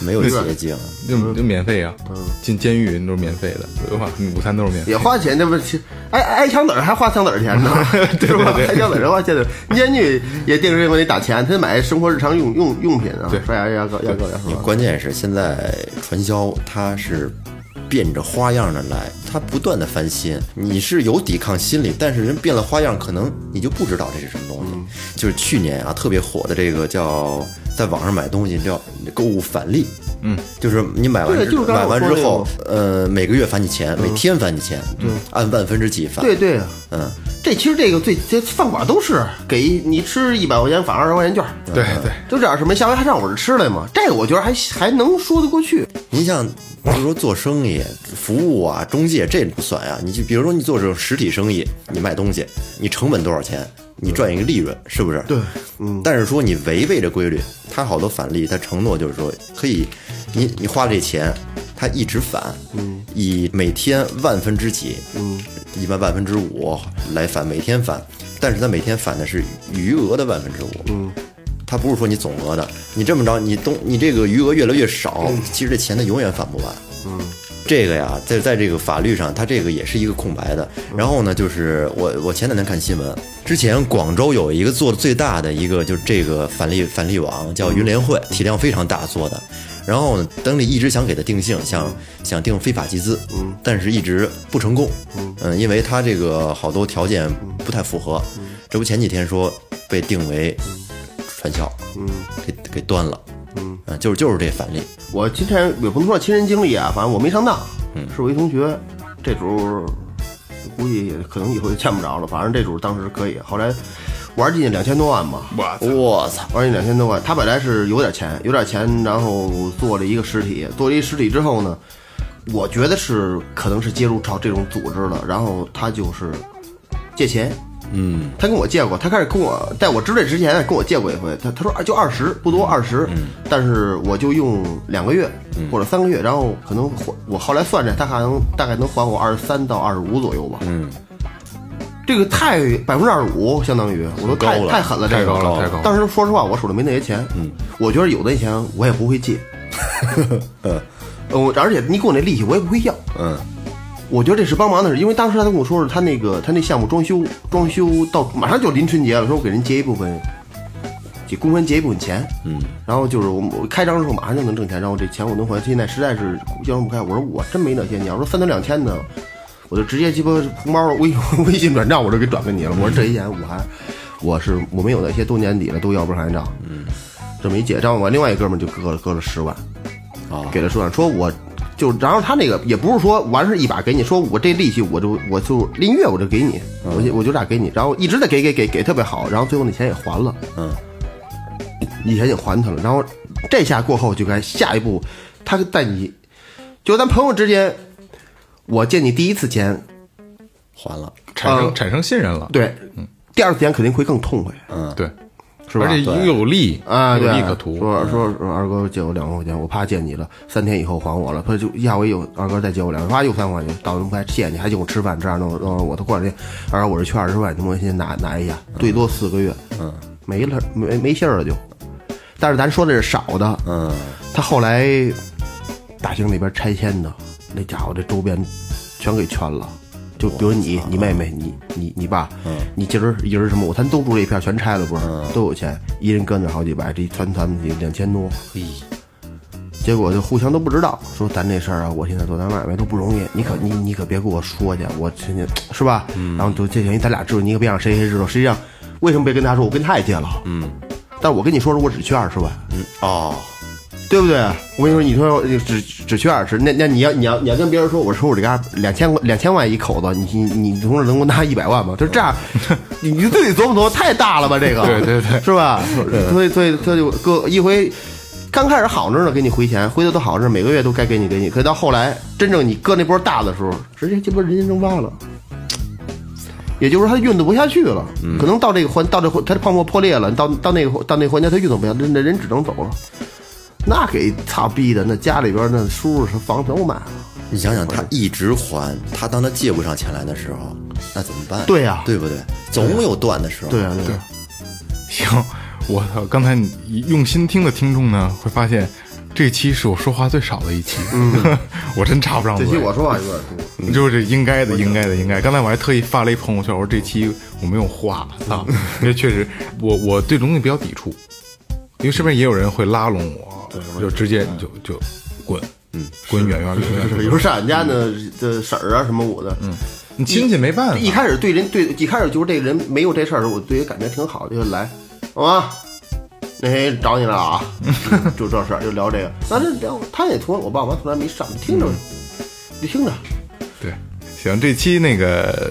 Speaker 5: 没有捷径。
Speaker 6: 嗯
Speaker 4: 就就免费啊，进监狱都是免费的，对吧？午餐都 是免费
Speaker 6: 也
Speaker 4: 的。
Speaker 6: 花钱，这不是挨挨枪子儿还花枪子儿钱 呢，是吧？挨枪子儿还花枪子儿，监狱也定时给你打钱，他买生活日常用用用品啊
Speaker 4: 对，
Speaker 6: 刷牙、牙膏、牙膏、牙
Speaker 5: 你
Speaker 6: 刷。
Speaker 5: 关键是现在传销它是变着花样的来，它不断的翻新。你是有抵抗心理，但是人变了花样，可能你就不知道这是什么东西。就是去年啊，特别火的这个叫在网上买东西叫购物返利，嗯，就是你买完
Speaker 6: 对
Speaker 5: 之
Speaker 6: 就是刚才
Speaker 5: 买
Speaker 6: 我
Speaker 5: 完
Speaker 6: 说
Speaker 5: 之
Speaker 6: 那
Speaker 5: 后，呃，每个月返你钱，每天返你钱，嗯对，按万分之几返，
Speaker 6: 对，对啊，
Speaker 5: 嗯，
Speaker 6: 这其实这个最这饭馆都是给你吃一百块钱返二十块钱券儿，
Speaker 4: 对对，
Speaker 6: 就这样是没下回还上我这吃来嘛？这个我觉得还还能说得过去。
Speaker 5: 您像，比如说做生意、服务啊、中介这不算呀、你就比如说你做这种实体生意，你卖东西，你成本多少钱，你赚一个利润，是不是？对，嗯。但是说你违背这规律，他好多返利，他承诺就是说可以，你你花这钱，他一直返，嗯，以每天万分之几，嗯，一般万分之五来返，每天返，但是他每天返的是余额的万分之五，嗯。他不是说你总额的，你这么着，你东你这个余额越来越少，其实这钱它永远返不完。嗯，这个呀，在在这个法律上，它这个也是一个空白的。然后呢，就是我我前两天看新闻，之前广州有嗯一个做的最大的一个就是这个返利返利网叫云联会，体量非常大做的。然后呢，登利一直想给他定性，想想定非法集资，嗯，但是一直不成功，嗯，因为他这个好多条件不太符合，这不前几天说被定为传销，嗯嗯，给给端了，嗯，就是就是这反例，
Speaker 6: 我今天也不能说亲身经历啊，反正我没上当，是我一同学，这主估计也可能以后也见不着了，反正这主当时可以，后来玩进去两千多万吧，
Speaker 4: 我操，
Speaker 5: 我操，
Speaker 6: 玩进两千多万，他本来是有点钱，有点钱，然后做了一个实体，做了一实体之后呢，我觉得是可能是接触到这种组织了，然后他就是借钱，嗯，他跟我借过，他开始跟我在我知道这之前跟我借过一回，他他说啊就二十，不多二十，
Speaker 4: 嗯
Speaker 6: 但是我就用两个月或者三个月，然后可能还我后来算着，他还能大概能还我二十三到二十五左右吧，嗯。这个太百分之二十五，相当于我都太
Speaker 5: 高了
Speaker 6: 太狠了，这
Speaker 4: 太
Speaker 6: 个
Speaker 4: 高了，太高了。
Speaker 6: 当时说实话，我手里没那些钱，嗯，我觉得有那钱我也不 会借，嗯，我而且你给我那利息我也不会要，
Speaker 5: 嗯，
Speaker 6: 我觉得这是帮忙的事，因为当时他跟我说是他那个他那项目装修装修到马上就临春节了，说我给人结一部分，给工人结一部分钱，嗯，然后就是我们我开张之后马上就能挣钱，然后这钱我能还，现在实在是要不开，我说我真没那钱，你要说三头两千的。我就直接鸡巴红包微微信转账我都给转给你了。我说这些钱我还我是我没有那些都年底了都要不上还账，嗯，这么一结账，我另外一哥们儿就搁了搁了十万，
Speaker 5: 啊
Speaker 6: 给了十万，说我就然后他那个也不是说完事一把给你，说我这利息我就我就拎月我就给你，我就我就这样给你，然后一直在给给给给特别好，然后最后那钱也还了，
Speaker 5: 嗯，
Speaker 6: 以前也还他了，然后这下过后就该下一步，他在你就咱朋友之间，我借你第一次钱，
Speaker 5: 还了，
Speaker 4: 产生
Speaker 6: 嗯
Speaker 4: 产生信任了，
Speaker 6: 对，第二次钱肯定会更痛快
Speaker 4: 对，
Speaker 6: 是吧
Speaker 4: 而且又有利
Speaker 6: 啊，
Speaker 4: 有
Speaker 6: 对，
Speaker 4: 利可图。嗯
Speaker 6: 说说说二哥借我两万块钱，我怕借你了，三天以后还我了，他就下回又二哥再借我两万，啪又三万块钱，到时候还借你，还请我吃饭，这样弄弄我他过两天，二哥我这缺二十万，你们先拿拿一下，最多四个月，嗯，没了没没信儿了就。但是咱说的是少的，
Speaker 5: 嗯，
Speaker 6: 他后来大兴那边拆迁的，那家伙这周边全给圈了。就比如你、你妹妹、你、你、你爸，你今儿一人什么，我咱都住这一片，全拆了不是？都有钱，一人跟着好几百，这一团团也两千多。结果就互相都不知道，说咱这事儿啊，我现在做咱买卖都不容易，你可你你可别跟我说去，我天天是吧？
Speaker 4: 嗯
Speaker 6: 然后就这原因，咱俩知道，你可别让谁谁知道。实际上，为什么别跟他说？我跟他也借了，嗯，但我跟你说说，我只缺二十万，
Speaker 4: 嗯
Speaker 5: 哦，
Speaker 6: 对不对？我跟你说，你说只只缺二十，那那你要你要你要跟别人说，我说我这家两千两千万一口子，你你你从这能给我拿一百万吗？就这样，你你自己琢磨琢磨，太大了吧这个，
Speaker 4: 对对对
Speaker 6: 是吧？所以所以他就哥一回。刚开始好着呢，给你回钱，回的都好着，每个月都该给你给你。可到后来，真正你搁那波大的时候，直接鸡巴人间蒸发了。也就是说，他运作不下去了，可能到这个环，到这个环他的泡沫破裂了，到到那个到那个环节，他运作不下去，那人只能走了。那给操逼的，那家里边那叔叔房都买了。
Speaker 5: 你想想，他一直还，他当他借不上钱来的时候，那怎么办？
Speaker 6: 对呀
Speaker 5: 对不对？总有断的时候。
Speaker 6: 对啊，对啊，
Speaker 4: 行，我操！刚才你用心听的听众呢，会发现这期是我说话最少的一期， 我真插不上
Speaker 6: 嗯这
Speaker 4: 嘴。
Speaker 6: 期我说话有点多，
Speaker 4: 就是应该的，应该的，应该。刚才我还特意发了一朋友圈，我说这期我没有话，操， 因为确实我我对龙西比较抵触，因为身边也有人会拉拢我，就直接就就滚，嗯，滚远远远远。
Speaker 6: 有时候上俺家呢，这婶儿啊什么我的，嗯，
Speaker 4: 你亲戚没办法，啊
Speaker 6: 一开始对人对一开始就是这人没有这事儿的时候，我对人感觉挺好的，就来， 啊，那谁找你了啊？就这事儿就聊这个，那这聊他也从我爸我妈从来没上，
Speaker 4: 嗯
Speaker 6: 听着，你听着，
Speaker 4: 对，行，这期那个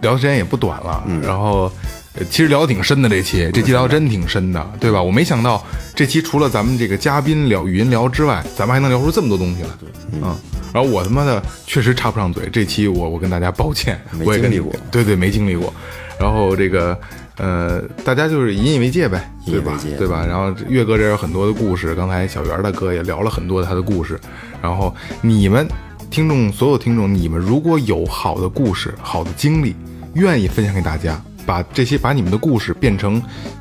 Speaker 4: 聊的时间也不短了，啊
Speaker 5: 嗯
Speaker 4: 然后呃其实聊的挺深的，这期这期聊得真挺深的，对吧？我没想到这期除了咱们这个嘉宾聊语音聊之外，咱们还能聊出这么多东西来，嗯。然后我他妈的确实插不上嘴，这期我我跟大家抱歉，
Speaker 5: 没
Speaker 4: 我也跟
Speaker 5: 经历
Speaker 4: 你
Speaker 5: 过
Speaker 4: 对对，没经历过。然后这个呃，大家就是引以为戒呗，
Speaker 5: 引以
Speaker 4: 对
Speaker 5: 为
Speaker 4: 吧
Speaker 5: 戒？嗯
Speaker 4: 对吧？然后这岳哥这儿有很多的故事，刚才小袁大哥也聊了很多他的故事。然后你们听众，所有听众，你们如果有好的故事、好的经历，愿意分享给大家，把这些把你们的故事变成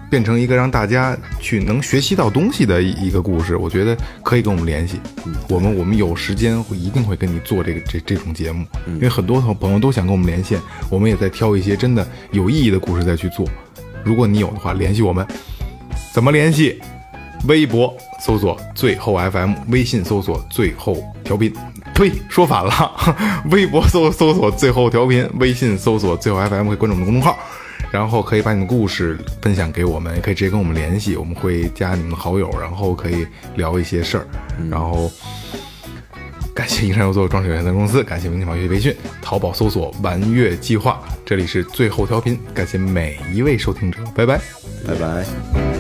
Speaker 4: 变成一个让大家去能学习到东西的一一个故事，我觉得可以跟我们联系。我们我们有时间会一定会跟你做这个这这种节目，因为很多朋友都想跟我们连线，我们也在挑一些真的有意义的故事再去做。如果你有的话，联系我们。怎么联系？微博搜索最后 FM，微信搜索最后调频。呸，说反了， 微博搜搜索最后调频，微信搜索最后 FM 可以关注我们的公众号。然后可以把你的故事分享给我们，也可以直接跟我们联系，我们会加你们的好友，然后可以聊一些事儿。然后感谢一山优作装饰有限责任公司，感谢明天法学习培训，淘宝搜索“玩乐计划”，这里是最后调频，感谢每一位收听者，拜拜。
Speaker 5: 拜拜。